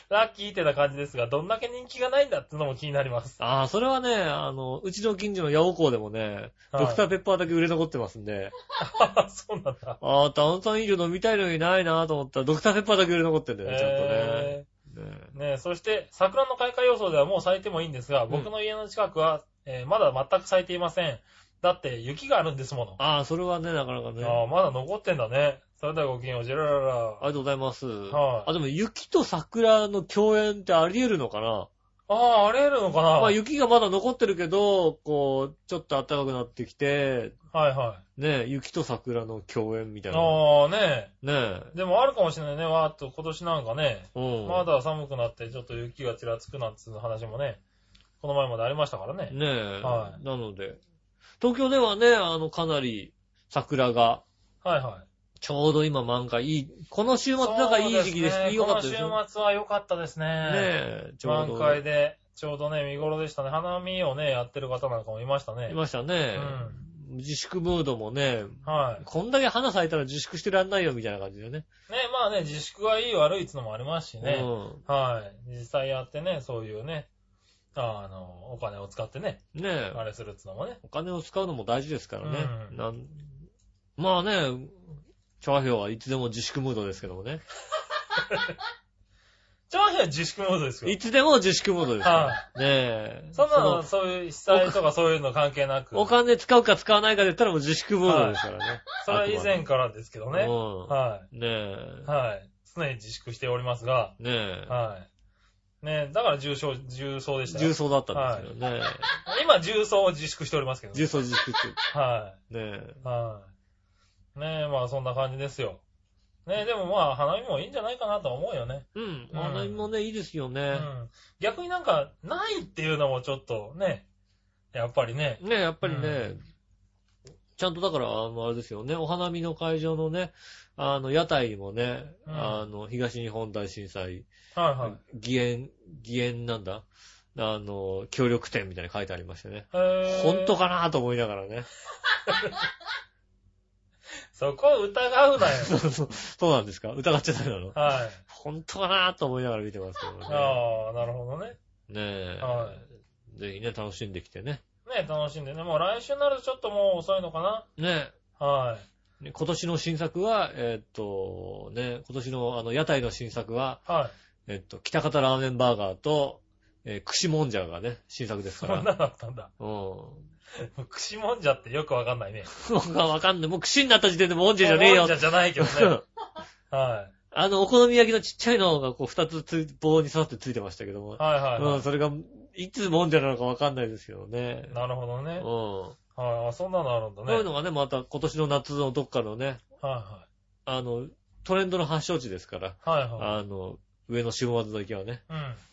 C: ラッキーってな感じですが、どんだけ人気がないんだってのも気になります。
B: ああ、それはね、あの、うちの近所の八百港でもね、
C: はい
B: ドクターペッパーだけ売れ残ってますんで、
C: そうなんだ。
B: ああ、炭酸飲料飲みたいのにないなと思ったら、ドクターペッパーだけ売れ残ってんだよね、ちゃんとね。
C: え
B: ね
C: ーねえそして、桜の開花予想ではもう咲いてもいいんですが、僕の家の近くは、えーまだ全く咲いていません。だって、雪があるんですもの。
B: ああ、それはね、なかなかね。
C: ああ、
B: あ
C: まだ残ってんだね。それではごきげんよう、ジェラララ
B: り。がとうございます。
C: はい
B: あ、でも雪と桜の共演ってあり得るのかな
C: ああ、あれるのかな
B: まあ
C: はい
B: 雪がまだ残ってるけど、こう、ちょっと暖かくなってきて、
C: は
B: ね、雪と桜の共演みた
C: い。
B: いな。
C: ああ、ね
B: ね
C: え。でもあるかもしれないね。わーっと今年なんかね、
B: うん。
C: ま。だ寒くなってちょっと雪がちらつくなんつう話もね、この前までありましたからね。
B: ねえ。
C: は
B: なので、東京ではね、あの、かなり桜が、
C: はいはい。
B: ちょうど今満開、いい、この週末なんかいい時期です。
C: そうね
B: 良かったですよ。
C: こ
B: ね
C: の週末は良かったですね。
B: え、ちょうど。
C: 満開で、ちょうどね、見頃でしたね。花見をね、やってる方なんかもいましたね。
B: いましたね。自粛ムードもね、
C: うん。はい。
B: こんだけ花咲いたら自粛してらんないよみたいな感じでね。
C: ね、まあね、自粛がいい悪いっつのもありますしね。
B: う
C: はい。実際やってね、そういうね、あの、お金を使ってね、
B: ん。ねえ。
C: あれするっつのもね。
B: お金を使うのも大事ですからね。
C: うん
B: なんまあね、調和票はいつでも自粛ムードですけどもね。
C: ちょ、は自粛モードですよ
B: い。つでも自粛ムードですよ。
C: は
B: ねえ。
C: そんなの、そういう被災とかそういうの関係なく。
B: そのお金使うか使わないかで言ったらもう自粛ムードですからね。
C: それは以前からですけどね。
B: う
C: は
B: ん。ね
C: い。はい。常に自粛しておりますが、
B: え。ね
C: はい。ねだから重症、重症で
B: え。
C: したよ
B: 重曹だったんですけどね。
C: 今、重曹を自粛しておりますけどね。
B: 重曹自粛って。
C: は
B: ねえ。
C: い。はい。ねえ、まあそんな感じですよ。ねえ、でもまあ、花見もいいんじゃないかなとは思うよね。
B: うん。
C: うん
B: あのもね、いいですよ
C: う
B: ね。
C: ん。逆になんか、ないっていうのもちょっとね、やっぱりね。
B: ねえ、やっぱりね、
C: う
B: ちゃんとだから、あの、あれですよね、お花見の会場のね、あの、屋台もね、
C: うん
B: あの、東日本大震災、
C: はいはい。
B: 義援、義援なんだ、あの、協力店みたいに書いてありましてね。
C: へえ
B: 本当かなと思いながらね。
C: そこを疑うな よ。
B: そうそうそうなんですか疑っちゃダメなの
C: はい。
B: 本当かなと思いながら見てますけどね。
C: ああ、なるほどね。
B: ねえ、
C: は
B: ぜひね、楽しんできてね。
C: ね楽しんでね。もう来週になるとちょっともう遅いのかな。
B: ねえ。
C: は
B: ね今年の新作は、えーっと、ね、今年のあの、屋台の新作は、
C: い。はい。
B: えっと、北方ラーメンバーガーと、えー串もんじゃがね、新作です
C: そ
B: か
C: ん
B: ら。
C: なだったんだ。
B: うん。
C: 串もんじゃってよくわかんないね。
B: 僕はわかんない。もう串になった時点でもんじゃじゃねえ
C: もん
B: よ
C: じ。ゃじゃないけ どね。は
B: あの、お好み焼きのちっちゃいのがこう、二つつい、棒に刺さってついてましたけど
C: い。
B: も。
C: はいはいは
B: うん、それが、いつもんじゃなのかわかんないですけどね
C: い。。なるほど
B: う
C: ね
B: ん。。そ
C: はい。あ、そんなのあるんだ
B: う
C: ね。
B: いうのがね、また今年の夏のどっかのね、
C: はいは
B: あの、トレンドの発祥地ですから、
C: い。はいはい。
B: あの、上の下松の池はね。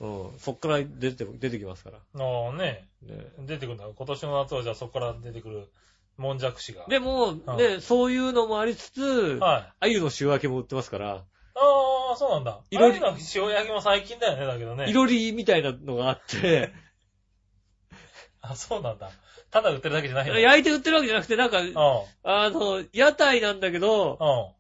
C: う
B: う
C: ん。
B: ん。そっから出て、出てきますから。
C: のね、
B: ね
C: 出てくるんだ。今年の夏はじゃあそこから出てくる、もんじゃくしが。
B: でも、ね、そういうのもありつつ、
C: はい。
B: 鮎の塩焼きも売ってますから、
C: ああ、そうなんだ。
B: い
C: い
B: ろ
C: ろ
B: り
C: りの塩焼きも最近だよね、だけどね。
B: いろりみたいなのがあ って、
C: あ、そうなんだ。ただ売ってるだけじゃないんだ。
B: 焼いて売ってるわけじゃなくて、なんか、
C: うん。う
B: あの、屋台なんだけど、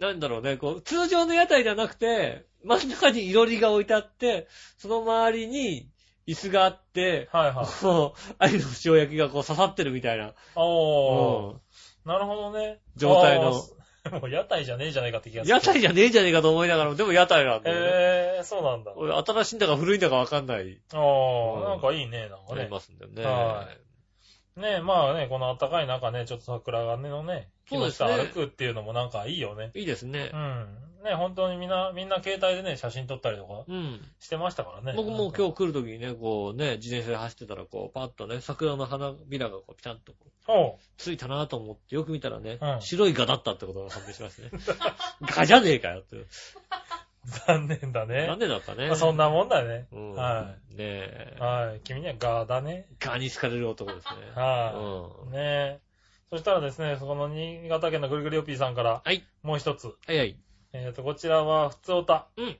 C: ん。
B: なんだろうね、こう、通常の屋台ではなくて、真ん中にいろりが置いてあって、その周りに椅子があって、
C: はいはい。
B: こう、鮎の塩焼きがこう刺さってるみたいな。
C: おー。
B: うん
C: なるほどね。
B: 状態の
C: あー。もう屋台じゃねえじゃねえかって気がする。
B: 屋台じゃねえじゃねえかと思いながらも、でも屋台なんだよね。
C: へえー、そうなんだ。
B: 俺新しいんだか古いんだかわかんない。
C: あ
B: うん
C: あ、なんかいいね、なんか
B: あり
C: ね。
B: ますんでね。
C: はねえ、まあね、この暖かい中ね、ちょっと桜がねのね、
B: そ
C: 木
B: う
C: の
B: です
C: 下
B: ね
C: 歩くっていうのもなんかいいよね。
B: いいですね
C: う。ん。ね本当にみんな、みんな携帯でね、写真撮ったりとか
B: うん。
C: してましたからね。
B: 僕も
C: 日。
B: 今日来るときにね、こうね、自転車で走ってたら、こう、パッとね、桜の花びらがこう、ピタッとこう、
C: おう。
B: ついたなと思って、よく見たらね、
C: うん
B: 白いガだったってことが判明しましたね。 ガじゃねえかよって。
C: 残念だね。
B: なんでだったね
C: まあ。そんなもんだね。
B: うん。
C: は
B: ねえ
C: い。。はい。君にはガーだね。
B: ガに好かれる男ですね。
C: は
B: うん
C: い。ねえ。そしたらですね、そこの新潟県のぐるぐるよっぴーさんから、
B: はい。
C: もう一つ。
B: はいはい。
C: えっと、こちらは、ふつおた。
B: うん。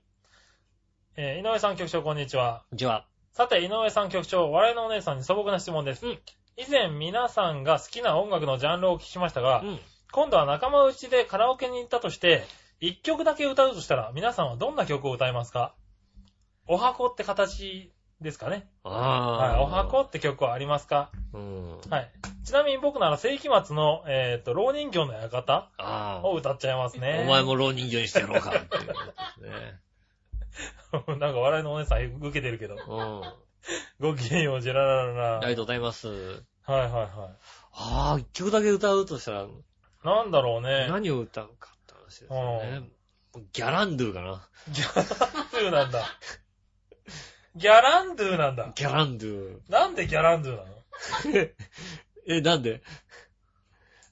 C: えー井上さん局長、こんにちは。
B: じゃあ、
C: さて、井上さん局長、笑いのお姉さんに素朴な質問です。
B: うん
C: 以前、皆さんが好きな音楽のジャンルをお聞きしましたが、
B: うん。
C: 今度は仲間内でカラオケに行ったとして、一曲だけ歌うとしたら、皆さんはどんな曲を歌いますかお箱って形ですかね。
B: あ
C: は
B: あ。
C: い、お箱って曲はありますか
B: うん。
C: はい。ちなみに僕なら世紀末の、えっ、と、老人形の館
B: ああ。
C: を歌っちゃいますね。
B: お前。も浪人形にしてやろうかっていうことですね。
C: なんか笑いのお姉さん受けてるけど。
B: うん。
C: ごきげんよう、ジェララララ。
B: あ
C: は
B: り
C: い
B: がとうございます。
C: はいは
B: ああ、一曲だけ歌うとしたら、
C: い。なんだろうね。
B: 何を歌うかって話ですよね。ギャランドゥかな。
C: ギャランドゥなんだ。ギャランドゥなんだ。
B: ギャランドゥ。
C: なんでギャランドゥな
B: え、なんで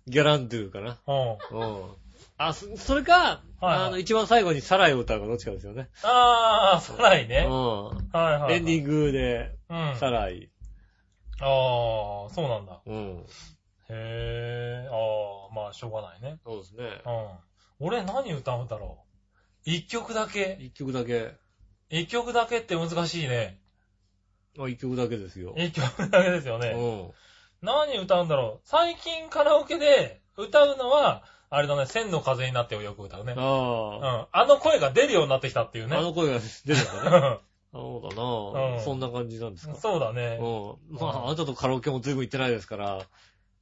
B: ギャランドゥかな。
C: のうん。
B: うん。あ、そそれか、
C: はいはい
B: あの、一番最後にサライを歌うかどっちかですよね。
C: あー、サライ
B: う
C: ね。
B: ん。
C: はいはいはい。
B: エンディングで、
C: うん。あ
B: サライ。
C: あー、そうなんだ。
B: うん。
C: へー、あー、まあ、しょうがないね。
B: そうですね
C: う。ん。俺何歌うんだろう。一曲だけ。
B: 一曲だけ。
C: 一曲だけって難しいね。
B: あ、一曲だけですよ。
C: 一曲だけですよね。
B: うん。
C: 何歌うんだろう。最近カラオケで歌うのは、あれだね、千の風になってをよく歌うね。うん。
B: ああ。
C: あの声が出るようになってきたっていうね
B: あ。の声が出 るんだね。そうだな
C: うん
B: そんな感じなんですか。
C: そうだね。
B: うん。まあ、あなたとカラオケも随分行ってないですから。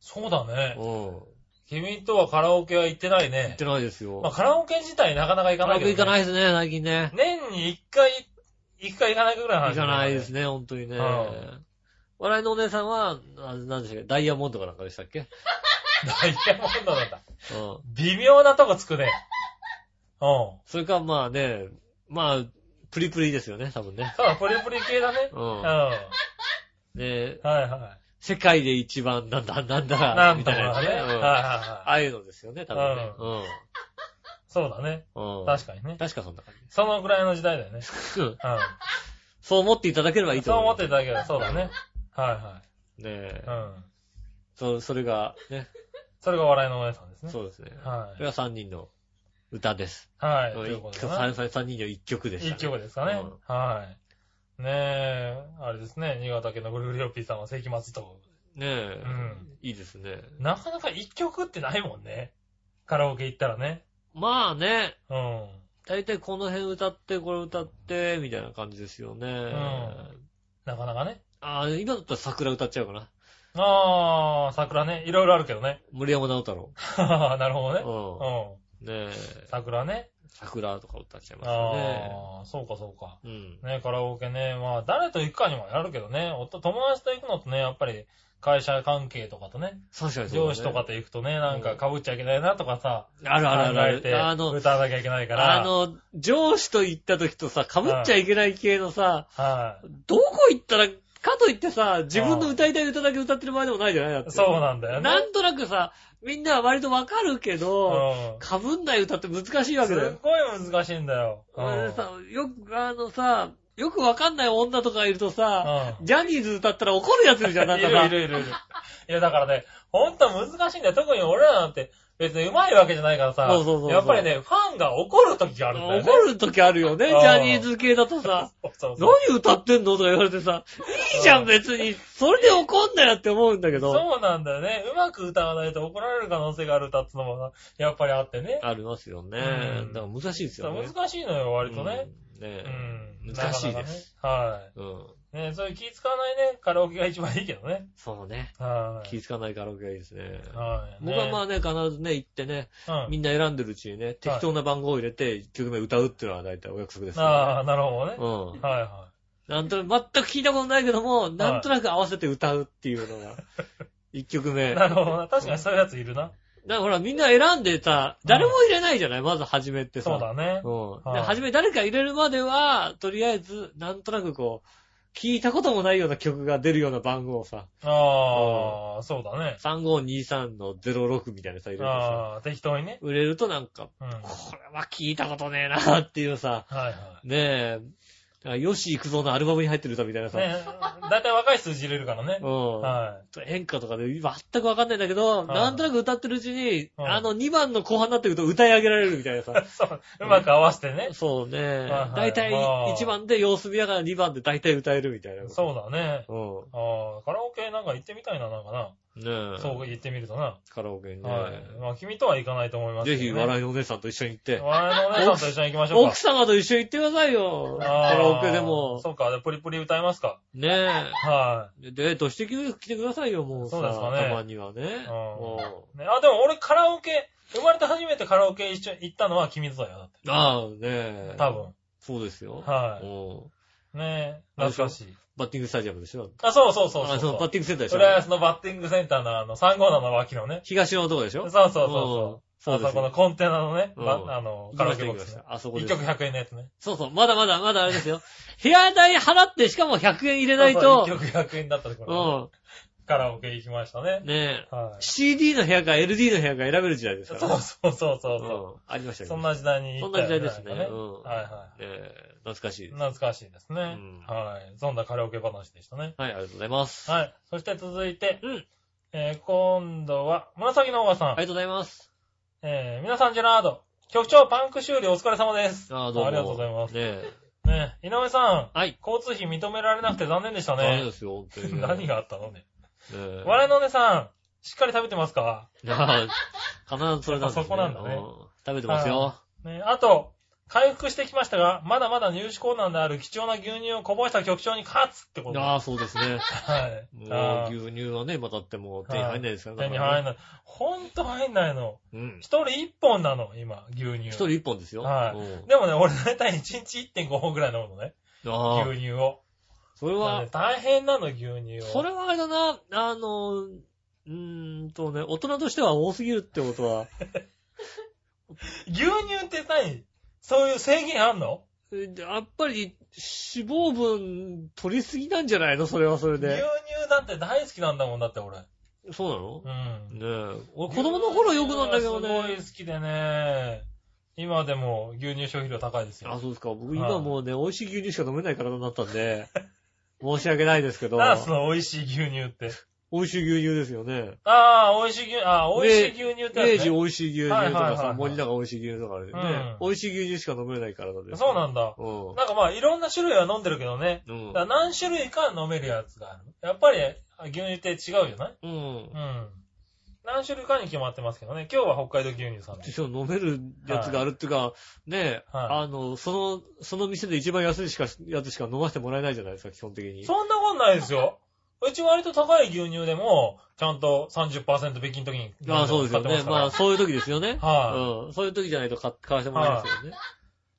C: そうだ
B: うん。
C: ね。
B: 行
C: 君とはカラオケは行ってない
B: っ
C: ね
B: て。ないですよ。
C: まあカラオケ自体なかなか行
B: カ
C: か
B: ラオ
C: な
B: ケ
C: いけ
B: 行
C: ど、
B: かない
C: ね。
B: ですね、最近ね。
C: 年に一回、行くか行かないかぐらいの
B: 行
C: 話だ
B: か
C: ね
B: ないです。ね、本当にね
C: う。
B: 笑いのお姉さんは、あなんでしたっけ、ダイヤモンドかなんかでしたっけ
C: ダイヤモンドなんだ。
B: うん。
C: 微妙なとこつくね。うん。
B: それか、まあね、まあ、プリプリですよね、多分ね。
C: ただ、プリプリ系だね。
B: う
C: うんん。。は
B: ね
C: いは
B: 世界で一番なんだ、なん
C: い。
B: だ、
C: な
B: み
C: ん
B: た
C: と
B: い
C: かね。
B: なやつ
C: はい
B: ね。
C: はい
B: うんあ
C: はい。
B: あいうのですよね、多分ね。
C: そうだね。
B: うん。うん。
C: 確かにね。
B: 確かそんな感
C: そのぐらいの時代だよね。
B: じ。うん
C: う
B: そう思っていただければいい
C: ん。
B: と
C: そう
B: 思いま
C: 思っ
B: す。
C: ていただければ、そうだね。は
B: ねえ
C: い。はい。うん。
B: そそれが、ね、
C: それが笑いのお姉さんですね。
B: そうですね。
C: は
B: それ。
C: い
B: が3人の歌です。
C: はい。ということでな。
B: 3人の1曲でした、ね。
C: 一曲ですかね
B: うん。
C: はい。ねえ、あれですね、新潟県のぐるぐるよっぴーさんは世紀末と。
B: ねえ、
C: うん
B: いいですね。
C: なかなか一曲ってないもんね。カラオケ行ったらね。
B: まあね、
C: うん。
B: 大体この辺歌って、これ歌って、みたいな感じですよね。
C: んなかなかね。
B: ああ、今だったら桜歌っちゃうかな。
C: あー、桜ね。いろいろあるけどね。
B: 森山直太朗。
C: なるほど
B: う。
C: ね。 う
B: ね
C: んん。
B: え、
C: 桜ね。
B: 桜とか歌っちゃいますよね。
C: あー、そうかそうか。
B: うん。
C: ね、カラオケね。まあ、誰と行くかにもやるけどね。おと友達と行くのとね、やっぱり会社関係とかとね、
B: 確かにそうだね
C: 上司とかと行くとね、なんか被っちゃいけないなとかさ、
B: あるある
C: 考
B: ある
C: えて、
B: あの、
C: 歌わなきゃいけないから。
B: あの、上司と行った時とさ、被っちゃいけない系のさ、
C: は
B: どこ行ったら被かといってさ、自分の歌いたい歌だけ歌ってる場合でもないじゃないだって。
C: そうなんだよね。
B: なんとなくさ、みんなは割とわかるけど、
C: う
B: かぶんない歌って難しい
C: ん。
B: わ
C: す
B: け
C: っ
B: だよ。
C: ごい難しいんだよ。うん
B: あれさ、よく、あのさ、よくわかんない女とかいるとさ、
C: う
B: ジャニーズ歌ったら怒るやついるじゃん、なん
C: い
B: か
C: る
B: さ。
C: いるいるいる。いや、だからね、ほんと難しいんだよ。特に俺らなんて、別に上手いわけじゃないからさ、
B: そうそうそうそう
C: やっぱりね、ファンが怒る時があるんだよね。
B: 怒る時あるよね、ジ
C: うん
B: ャニーズ系だとさ。
C: そうそう
B: 何歌ってんのとか言われてさ、いいじゃ
C: うん
B: ん別に、それで怒んなよって思うんだけど。
C: そうなんだよね。うまく歌わないと怒られる可能性がある歌ってのもな、やっぱりあってね。
B: ありますよね
C: う。ん
B: だから難しいですよね。
C: 難しいのよ、割とね。
B: うん。ね
C: うん。
B: 難しいです
C: なかなかね。
B: うん。
C: はい。ねそういう気使わないね、カラオケが一番いいけどね。
B: そうね。
C: はい。
B: 気づかないカラオケがいいですね。
C: はい。
B: 僕はま
C: あ
B: あね、必ずね、行ってね、、
C: うん。
B: みんな選んでるうちにね、適当な番号を入れて1曲目歌うっていうのは大体お約束です
C: あ
B: か
C: あ、なるほどね
B: ら。ね。う
C: はい
B: ん。
C: は
B: なんとなく、全く聞いたことないけども、なんとなく合わせて歌うっていう のが、1曲目。
C: い。
B: だ
C: な
B: か
C: るほどな。確かにそういうやついるな。
B: らほら、みんな選んでさ、誰も入れないじゃないまず初めってさ。
C: そうだね。
B: うん。
C: は
B: で、
C: い
B: 初め誰か入れるまでは、とりあえず、なんとなくこう、聞いたこともないような曲が出るような番号をさ、
C: ああ、そうだね。
B: 3523の06みたいなさ、入れてさ、
C: ああ、適当にね。
B: 売れるとなんか、
C: うん。はい
B: これは聞いたことねえなっていうさ、
C: は。
B: ねえ、よし行くぞのアルバムに入ってる歌みたいないさ、
C: ね、だいたい若い数字入れるからね
B: う。ん。
C: は
B: 演歌とかで全くわかんないんだけど、なんとなく歌ってるうちに、
C: うん
B: あの2番の後半になってくると歌い上げられるみたいない さ。。
C: そう、うまく合わせてね。
B: そうね
C: はい。は
B: だ
C: い
B: いたい
C: まあ
B: 1番で様子見ながら2番でだいたい歌えるみたいな。
C: そうだね。
B: う。
C: ああ、カラオケなんか行ってみたいな、なんかな。
B: ん。ねえ。
C: そう言ってみるとな。
B: カラオケにね。
C: はい。まあ、君とは行かないと思います
B: ぜ
C: けどね。
B: ひ、笑いのお姉さんと一緒に行って。
C: 笑いのお姉さんと一緒に行きましょうか
B: 奥。様と一緒に行ってくださいよ。カ
C: あー
B: ラオケでも。
C: そうか、じゃあプリプリ歌いますか。
B: ね
C: は
B: え。デートしてきてくださいよ、もうさ。
C: そうですかね
B: たまにはね。
C: ん
B: も
C: い。ねあ、でも俺カラオケ、生まれて初めてカラオケ一緒に行ったのは君とだよ、だって
B: うああ、ねえ。
C: 多。分。
B: そうですよ。
C: はい
B: うん
C: ねえ、懐かしい。
B: バッティングスタジアムでしょ。
C: あ、そうそうそうそう。
B: あそうバッティングセンターでしょ。
C: 浦安のバッティングセンターのあの、357の脇のね。
B: 東のとこでし
C: そ
B: ょ
C: うそうそうそう。
B: そ
C: あ
B: うで
C: そ
B: す
C: この
B: よ。
C: コンテナのね、
B: うん
C: ばあの、カラオケボックスね。
B: あそこで
C: 1
B: す
C: 曲100円のやつね。
B: そうそう。まだまだ、まだあれですよ。部屋代払って、しかも100円入れないと
C: 1。曲100円だったところ、
B: う
C: カラオケ行きましたね
B: ん。。ねえ。
C: はい。
B: CD の部屋か LD の部屋か選べる時代です
C: そ
B: か
C: う
B: らね。
C: そうそうそう
B: う
C: そ
B: んありました
C: う。
B: け
C: そ
B: ど
C: んな時代に行ったよ、
B: そんな時代ですね
C: なんか
B: うん
C: はいは
B: えー懐かしい
C: い。
B: です。
C: 懐かしいですね。
B: ん
C: はい。そんなカラオケ話でしたね。
B: はい、ありがとうございます。
C: はい。そして続いて、
B: うん。
C: えー今度は、紫のおばさん。
B: ありがとうございます。
C: えー皆さんジェラード。局長パンク修理お疲れ様です。
B: あーどうも。
C: ありがとうございます。
B: ねえ。
C: ね井上さん、
B: はい。
C: 交通費認められなくて残念でした
B: ダメ
C: ね
B: で。すよ、本当にね。
C: 何
B: ね
C: があったのね。
B: え
C: 笑いのお姉さん、しっかり食べてますか
B: ああ必ずそれなんですね
C: やっぱそこなんだね
B: う食べてますよ。
C: ねあと、回復してきましたが、まだまだ入手困難である貴重な牛乳をこぼした局長に勝つってこと。
B: ああ、そうですね。
C: はい。
B: も
C: あ
B: う
C: ー
B: 牛乳はね、またってもう手に入んないですから
C: 手に入ん
B: ない。
C: ない。ほんと入んないの。
B: うん
C: 一。人一本なの、今、牛乳。
B: 一人一本ですよ。
C: はい
B: うん
C: でもね、俺大体1日1.5本くらい飲むのね。
B: ああ
C: 牛、乳を。
B: それ
C: だから
B: は
C: ね、大変なの、牛乳を。
B: それはあれだな、あの、うーんとね、大人としては多すぎるってことは、
C: 牛乳って何そういう制限あんの
B: えやっぱり脂肪分取りすぎなんじゃないのそれはそれ
C: 牛乳
B: で。
C: だって大好きなんだもんだって俺。
B: そうなの
C: うん。
B: ねえ。俺子供の頃よくなんだけど
C: 牛乳
B: ね
C: が。すごい好きでね。今でも牛乳消費量高いです
B: あ、
C: よ。
B: そうですか。僕今もうね、美味しい牛乳しか飲めない体になったんで、申し訳ないです けど、
C: ナースの美味しい牛乳って。
B: 美味しい牛乳ですよね。
C: ああ、美味しい牛、ああ、美味しい牛乳ってやつね
B: 明治美味しい牛乳と
C: はいは
B: か
C: いはいは
B: さ、
C: い
B: 森永美味しい牛乳とかあるよね。
C: う
B: 美味しい牛乳しか飲めない体です。
C: そうなんだ。
B: う
C: なんかまあ、いろんな種類は飲んでるけどね。
B: ん。うん
C: だから何種類か飲めるやつがある。やっぱりあ牛乳って違うじゃない
B: うん
C: う。ん。何種類かに決まってますけどね。今日は北海道牛乳さんで
B: でしょ飲めるやつがあるっていうか、ねえ、
C: はい
B: あの、その、その店で一番安いしか、やつしか飲ませてもらえないじゃないですか、基本的に。
C: そんなことないですよ。うち割と高い牛乳でも、ちゃんと30%引きの時に。
B: ああ、そうですよね。まあ、
C: あ、
B: そういう時ですよね。
C: は
B: うん。そういう時じゃないと買買わせてもらえますよね。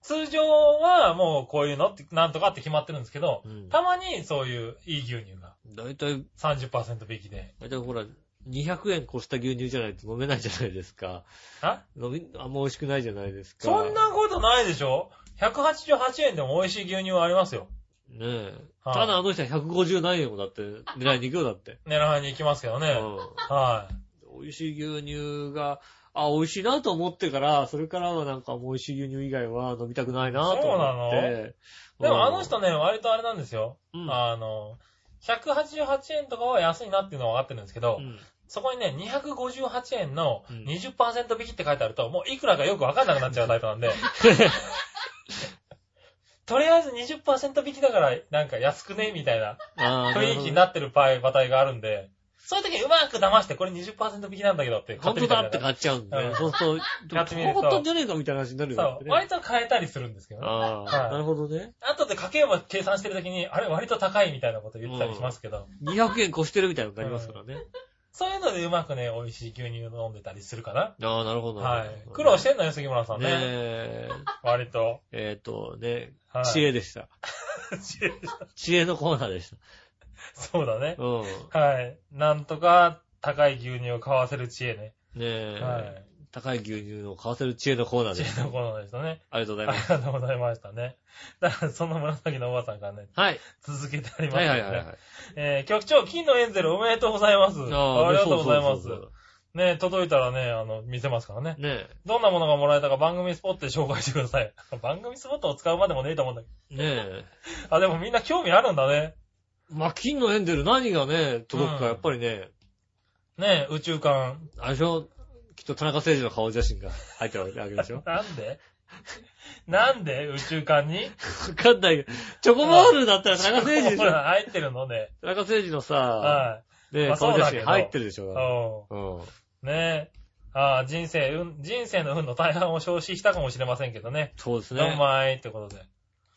C: 通常はもうこういうのって、なんとかって決まってるんですけど、
B: うん
C: たまにそういういい牛乳が
B: だいたい、
C: 30%引きで。
B: だいたいほら、200円越した牛乳じゃないと飲めないじゃないですか。
C: あ
B: 飲み、あんま美味しくないじゃないですか。
C: そんなことないでしょ ?188 円でも美味しい牛乳はありますよ。
B: ねえ。
C: はい
B: ただあの人は150何円もだって、狙いに行くよだって。
C: 狙いに行きますけどね。
B: う
C: は
B: ん。美味しい牛乳が、あ、美味しいなと思ってから、それからはなんかもう美味しい牛乳以外は飲みたくないなと思って。
C: い。で
B: う
C: も
B: ん
C: あの、人ね、割とあれなんですよ。
B: うん。
C: あの、188円とかは安いなっていうのは分かってるんですけど、
B: うん
C: そこにね、258円の
B: うん
C: 20%引きって書いてあると、もういくらかよく分かんなくなっちゃうタイ プなんで、とりあえず20%引きだからなんか安くねみたいな
B: あー
C: 雰囲気に
B: なる
C: なってる場合、場体があるんで、そういう時にうまく騙して、これ20%引きなんだけどって
B: ほどね本当だって
C: 感
B: 買っちゃうんだ
C: う
B: ね。
C: ん
B: そうすると、
C: 買ってみると
B: こうったんじゃねえかみたいな話になる
C: じ。
B: よだっ
C: そ
B: て
C: う、
B: ね。
C: 割と変えたりするんですけどね。
B: あ
C: は
B: あ、
C: い
B: なるほどね。
C: 後で家計簿計算してる時に、あれ割と高いみたいなこと言ってたりしますけど、
B: 200円越してるみたいなのがありますからね。
C: そういうのでうまくね、美味しい牛乳飲んでたりするかな。
B: ああ、なるほど。
C: はい。苦労しててんのよ、杉村さん
B: ね
C: ね。
B: え。
C: 割と。
B: えっと、ね、
C: はい
B: 知恵でした。知恵のコーナーでし
C: そうだね
B: た。。 うん。
C: はい。なんとか高い牛乳を買わせる知恵ね。
B: ねえ、
C: はい。
B: 高い牛乳を買わせる知恵のコーナー
C: 知
B: で
C: 恵
B: す。
C: のコーナーでしたね。
B: ありがとうござい
C: あ
B: ま
C: り
B: す。
C: がとうございましたね。だから、その紫のおばさんからね、
B: はい。
C: 続けてあります
B: は
C: ね。
B: いはいはいはい。
C: えー、局長、金のエンゼルおめでとうございます。あ
B: ー
C: りがとうございま
B: そう
C: す
B: そう。そう
C: ね、届いたらね、あの、見せますからね。
B: ね
C: どんなものがもらえたか番組スポットで紹介してください。 番組スポットを使うまでもねえと思うんだけ
B: え。ねえ。
C: ど。あ、でもみんな興味あるんだね。
B: まあ、金のエンゼル何がね、届くか、
C: うん
B: やっぱりね、
C: ね宇宙艦。
B: あれでしょきっと田中誠二の顔写真が入ってるわけで しょ
C: なんでなんで宇宙艦に
B: わかんないけど、チョコボールだったら田中誠二でしょ
C: ほら、入ってるのね。
B: 田中誠二のさ、
C: は
B: ね
C: まあ
B: 顔
C: そうだ
B: 写
C: け
B: 真
C: ど
B: 入ってるでし
C: い。
B: ょ
C: お
B: うん。
C: うねえ。ああ、人生、うん、人生の運の大半を消費したかもしれませんけどね。
B: そうです
C: 4
B: ね。
C: 枚ってことで。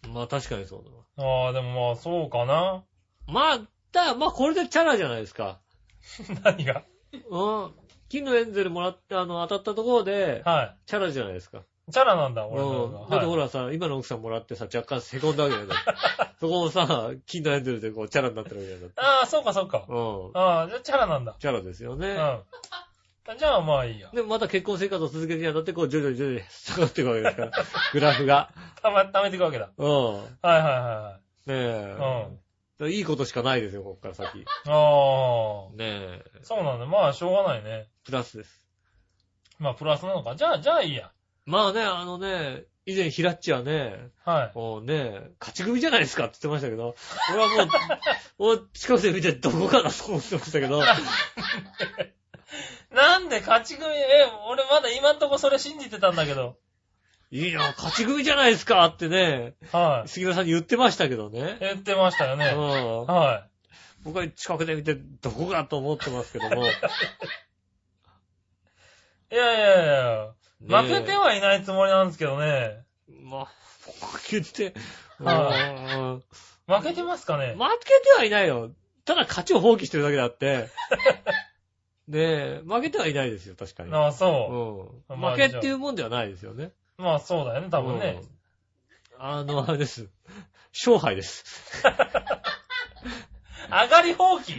B: まあ、確かにそうだわ。
C: ああ、でもまあ、そうかな。
B: まあ、だ、まあ、これでチャラじゃないですか。
C: 何が
B: うん。金のエンゼルもらって、あの、当たったところで、
C: は
B: チャラじゃないですか。
C: い。チャラなんだ、
B: う
C: 俺の方
B: ん。だ
C: が。
B: ってほ
C: はい
B: らさ、今の奥さんもらってさ、若干せこんだわけだよね。 そこもさ、金のエンゼルでこう、チャラになってるわけだよね。
C: ああ、そうか、そうか。
B: うん。
C: ああ、じゃあチャラなんだ。
B: チャラですよ
C: う
B: ね。
C: ん。じゃあまあいいや。
B: でもまた結婚生活を続けるにあたって、こう、徐々に徐々に下がっていくわけですから。グラフが。
C: たま、貯めていくわけだ。
B: うん。
C: はいはいは
B: ねえ
C: い。はい。うん。。
B: うん。いいことしかないですよ、こっから先。ね
C: ああ。
B: え。
C: そうなんだ。まあ、しょうがないね。
B: プラスです。
C: まあ、プラスなのか。じゃあ、じゃあいいや。
B: まあね、あのね、以前、ヒラッチはね、
C: はい。
B: もうね、勝ち組じゃないですかって言ってましたけど、俺は もう、もう近くで見てどこかなと思ってましたけど、
C: なんで勝ち組、え、俺まだ今んとこそれ信じてたんだ けど。
B: いいな、勝ち組じゃないですかってね、
C: はい。
B: 杉村さんに言ってましたけどね。
C: 言ってましたよ
B: う
C: ね。
B: ん、
C: は
B: 僕は近くで見てどこかと思ってますけども。
C: い。いやいやいやいや、負
B: ねえ
C: けてはいないつもりなんですけどね。
B: まあ、負けて、うん
C: はい
B: うん
C: 負けてますか
B: 負け
C: ね
B: てはいないよ。ただ勝ちを放棄してるだけだ って。ねえ、負けてはいないですよ、確かに。、
C: ああ、そううんまあ
B: 負けっていうもんではないですよね。
C: う。まあ、そうだよね、多分ね
B: う。ん。あの、あれです。勝敗です。
C: 上がり放棄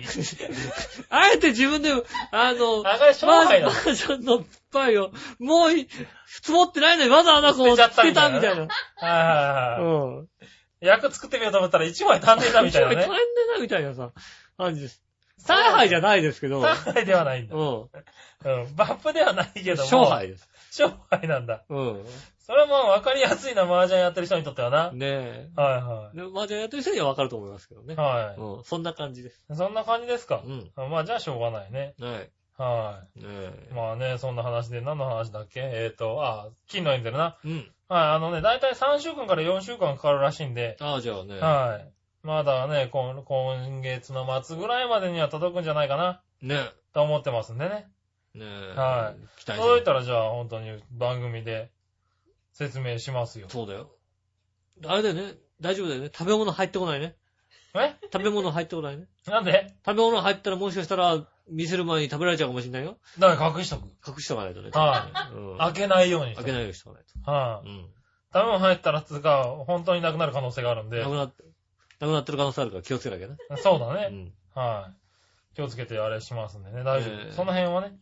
B: あえて自分で、あの、
C: 上がり勝
B: マ
C: 敗だ。
B: マージョンのパイを、もうい、積もってないのにわざわざこう、
C: 捨てちゃっ
B: つ
C: た
B: け
C: みた
B: た
C: いな
B: みたいな。
C: はいはいはい。
B: うん。
C: 役作ってみようと思ったら1枚足んねえなみた い
B: 大
C: な
B: 変
C: ね。
B: だみたいなさ、感じです。大敗じゃないですけど、
C: 3杯ではないんだ
B: う。ん。
C: うん。バップではないけども。
B: 勝。敗です。
C: 勝敗なんだ。
B: うん。
C: それはまあ分かりやすいな、麻雀やってる人にとってはな。
B: ね
C: はいは
B: え。で、マージョンやってる人にはわかると思いますけどね
C: い。。は
B: うん。そんな感じです。
C: い。そんな感じですか
B: う。ん。
C: あまあじゃあしょうがないね。
B: はい。
C: は
B: ねえ
C: い。。まあね、そんな話で、何の話だっけえっ、と、あ、金のエンゼルな。
B: うん。
C: はい、あのね、だいたい3週間から4週間かかるらしいんで、
B: ああ、じゃあね。
C: はい。まだね、今今月の末ぐらいまでには届くんじゃないかな、
B: ね
C: と思ってますんでね。
B: え。ねえ。。
C: はい
B: 期待して
C: 届いたらじゃあ本当に番組で説明しますよ。
B: そうだよ。あれだよね。大丈夫だよね。食べ物入ってこないね。
C: え
B: 食べ物入ってこないね。
C: なんで
B: 食べ物入ったらもしかしたら、見せる前に食べられちゃうかもしれないよ。
C: だから隠しとく。
B: 隠しとかないとね。
C: は
B: うん。
C: 開けないようにし
B: 開
C: と
B: け
C: く。
B: ないようにしとかない
C: は
B: と。
C: い。
B: うん。
C: ダメ入ったらつうか、本当になくなる可能性があるんで
B: な。くなって、なくなってる可能性あるから気をつけなきゃね。
C: そうだ
B: う
C: ね。
B: ん。
C: はい。気をつけてあれしますんでね。大丈
B: ええ
C: 夫。その辺はね、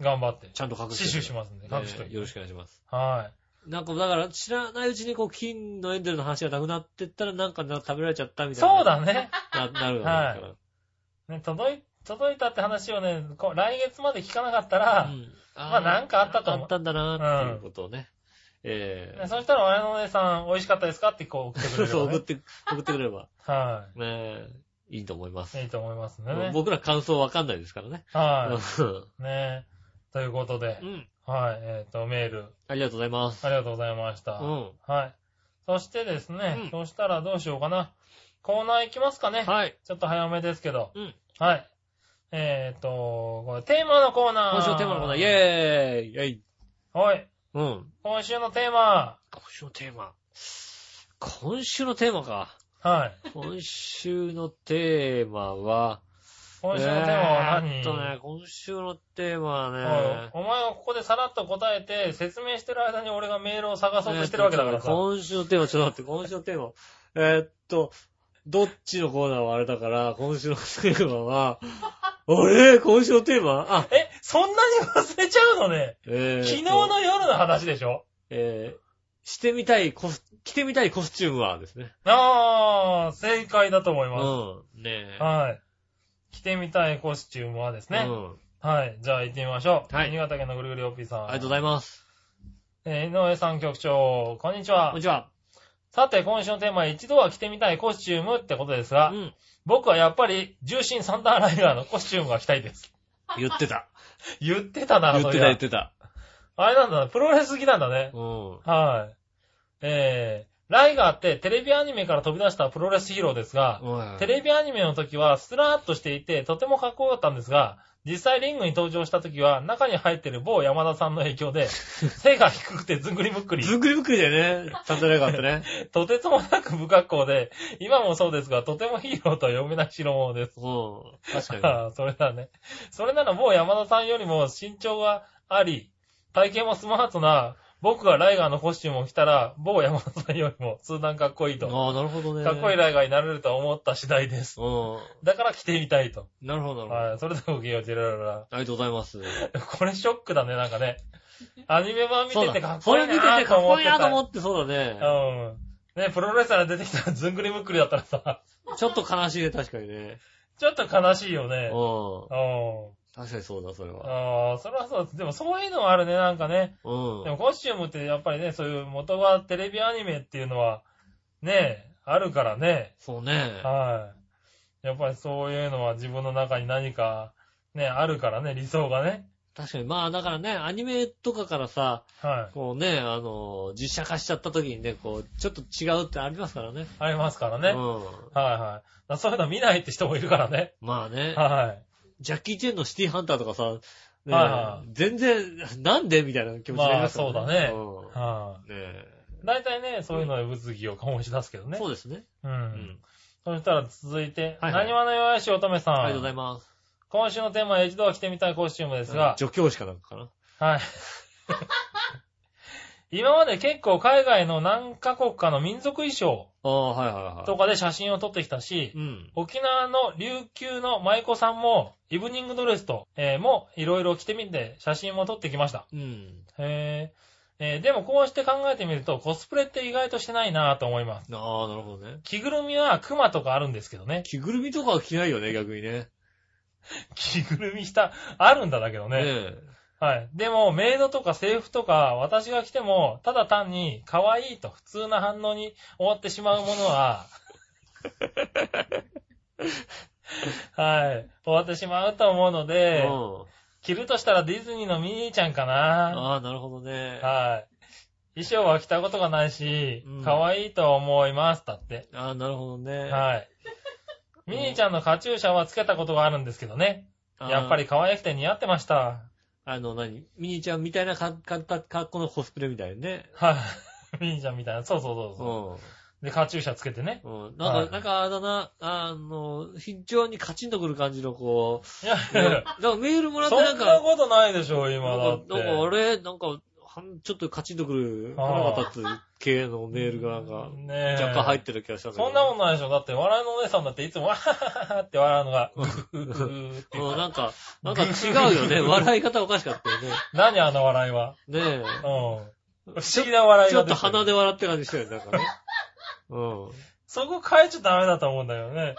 C: 頑張って。
B: ちゃんと隠して。
C: 死守しますんで、
B: ね
C: 隠しといて。
B: よろしくお願いします。
C: は
B: なんかだから知らないうちにこう金のエンゼルの話がなくなってったらなんかな食べられちゃったみたいな。
C: そうだね。
B: な、なるよね。
C: はいね届い、届いたって話をね、こ来月まで聞かなかった
B: う
C: ら、
B: ん。
C: まあなんかあったと
B: あ
C: 思う
B: ったんだなっていうことをね。え
C: ねそしたら、親のお姉さん、美味しかったですかってこう送ってく
B: え。
C: れる、
B: そう、
C: ね。
B: 送って、送ってくれれば。
C: は
B: ねえ、いいと思います
C: い。い。いと思いますね。
B: 僕ら感想わかんないですからね。
C: は
B: うん
C: い。ねということで
B: う、ん。
C: はい、えっ、と、メール、
B: ありがとうございます。
C: ありがとうございました。
B: うん。
C: はい。そしてですね、
B: うん
C: そしたらどうしようかな。コーナー行きますかね。
B: はい。
C: ちょっと早めですけど。
B: うん
C: はい。えっ、と、これテーマのコーナー。
B: 今週のテーマのコーナー、イェーイイェイ
C: はい。
B: うん。
C: 今週のテーマ。
B: 今週のテーマ。今週のテーマか。
C: はい。
B: 今週のテーマは、
C: 今週のテーマは何、
B: えーっとね、今週のテーマは
C: はい
B: ね、
C: お前はここでさらっと答えて、説明してる間に俺がメールを探そうとしてるわけだからさ。
B: 今週のテーマ、ちょっと待って、今週のテーマ。えーっと、どっちのコーナーはあれだから、今週のテーマ は、あれ今週のテーマあ、
C: え、そんなに忘れちゃうのね。
B: えーっと
C: 昨日の夜の話でしょ
B: えーしてみたいコス、着てみたいコスチュームはですね。
C: あー、正解だと思いうま
B: ん。ねえ。
C: す。はい。着てみたいコスチュームはですね。
B: うん。
C: はい。じゃあ行ってみましょう。
B: はい
C: 新潟県のぐるぐるおっぴーさん。
B: ありがとうございます。
C: えー井上さん局長、こんにちは
B: こん。にちは。
C: さて、今週のテーマ、一度は着てみたいコスチュームってことです
B: う
C: が、
B: ん。
C: 僕はやっぱり、重心サンダーライダーのコスチュームが着たいです。
B: 言ってた。
C: 言ってたな、
B: 言ってた、言っ
C: そり
B: てた。
C: ゃあれなんだな、プロレス好きなんだね。
B: うん。
C: はい。えー、ライガーってテレビアニメから飛び出したプロレスヒーローですが、テレビアニメの時はスラーっとしていて、とてもかっこよかったんですが、実際リングに登場した時は、中に入ってる某山田さんの影 響で、背が低くてずんぐりむっくり、
B: ずっくりぶっくりだよね。サンダルがあってね。
C: とてつもなく不格好で、今もそうですが、とてもヒーローとは呼べない代物です。
B: うん。確か
C: ああ、それだね。それならもう山田さんよりも身長があり、体型もスマートな、僕がライガーのコスチュームを着たら、某山田さんよりも数段かっこいい
B: に。
C: と、
B: ああ、なるほどね。
C: かっこいい
B: な。
C: ライガーになれると思った次第です。
B: う
C: だから着てみたいと。
B: ん。なるほど、なるほど。
C: はい、それではごきげんよう、ジェラララ。
B: ありがとうございます。
C: これショックだね、なんかね。アニメ版見
B: そう
C: て
B: だ
C: てかっ
B: そ
C: こい
B: れ
C: い
B: 見てて
C: な
B: か
C: と
B: っ
C: 思っ
B: こ
C: て
B: いい
C: た。
B: なと思って、そうだね。
C: うん。ね、プロレスラー出てきたらずんぐりむっくりだったらさ、
B: ちょっと悲しいね、確かにね。
C: ちょっと悲しいよ
B: う
C: ね。
B: ん
C: う。ん。
B: 確かにそうだ、それは。
C: ああ、それはそうです。でもそういうのはあるね、なんかね。
B: うん
C: で。もコスチュームってやっぱりね、そういう元がテレビアニメっていうのは、ね、あるからね。
B: そうね。
C: はい。やっぱりそういうのは自分の中に何か、ね、あるからね、理想がね。
B: 確かに。まあ、だからね、アニメとかからさ、
C: はい。
B: こうね、あの、実写化しちゃった時にね、こう、ちょっと違うってありますからね。
C: ありますから
B: う
C: ね。
B: ん。
C: はいはい。だからそういうの見ないって人もいるからね。
B: まあね、
C: は
B: ジャッキー・チェンのシティハンターとかさ、ね
C: はいは
B: 全然、なんでみたいな気持ちになりますから
C: まあそうだねい。
B: う
C: は
B: ん。ねえ
C: い。大体ね、そういうのは物議を醸し出すけどね。
B: そうですね。
C: う。
B: うんん。
C: そしたら続いて、
B: はいはい
C: 何話の弱いし乙女さん。
B: ありがとうございます。
C: 今週のテーマは一度は着てみたいコスチュームですが、
B: 助教師かなんかかな。
C: はい。 今まで結構海外の何カ国かの民族衣装
B: ああ、はいはいはい。
C: とかで写真を撮ってきたし、
B: うん。
C: 沖縄の琉球の舞妓さんも、イブニングドレスと、えーもいろいろ着てみて写真も撮ってきました。
B: うん。
C: へーえーでもこうして考えてみると、コスプレって意外としてないなぁと思います。
B: ああ、なるほどね。
C: 着ぐるみはクマとかあるんですけどね。
B: 着ぐるみとかは着ないよね、逆にね。
C: 着ぐるみした、あるんだだけどね。
B: ね
C: はい。でも、メイドとか制服とか、私が着ても、ただ単に、可愛いと普通な反応に終わってしまうものは、はい。終わってしまうと思うの
B: え。
C: で、
B: うん。
C: 着るとしたらディズニーのミニーちゃんかな。
B: ああ、なるほどね。あ
C: はい。衣装は着たことがないし
B: うん、
C: 可愛いと思います。だって。
B: あー、なるほどね。
C: はい。ミニーちゃんのカチューシャはつけたことがあるんですけどね。
B: あー
C: やっぱり。可愛くて似合ってました。
B: あの、何ミニちゃんみたいなか、か、か、格好のコスプレみたいね。
C: はい。ミニーちゃんみたいな。そうそうそう
B: う
C: そ
B: ん。
C: う。で、カチューシャつけてね。
B: うん。なんか、
C: はい
B: なんかあれだな、あの、非常にカチンとくる感じの、こ
C: いや
B: う、ね、だからメールもらって
C: そん
B: なん
C: な
B: か、
C: ことないでしょ、今だ
B: な
C: っ
B: ん
C: て。
B: か、なんかあれ、なんか、はんちょっとカチンとくる、
C: あー
B: 腹が立つ系のメールがなんか、
C: ねえ。
B: 若干入ってる気がしただけど
C: そんなもんないでしょ。だって、笑いのお姉さんだっていつも、わはははって笑うのが、グフグフっていう
B: うん、
C: か。
B: なんか、なんか違うよね。笑い方おかしかったよね。
C: 何あの笑いは。
B: ね
C: うん。不思議な笑い
B: ちょ
C: が
B: っ
C: 出て
B: と
C: る
B: 鼻で笑って感じしてるよね、なんかね。う
C: そこ変えちゃダメだと思うんだけどね。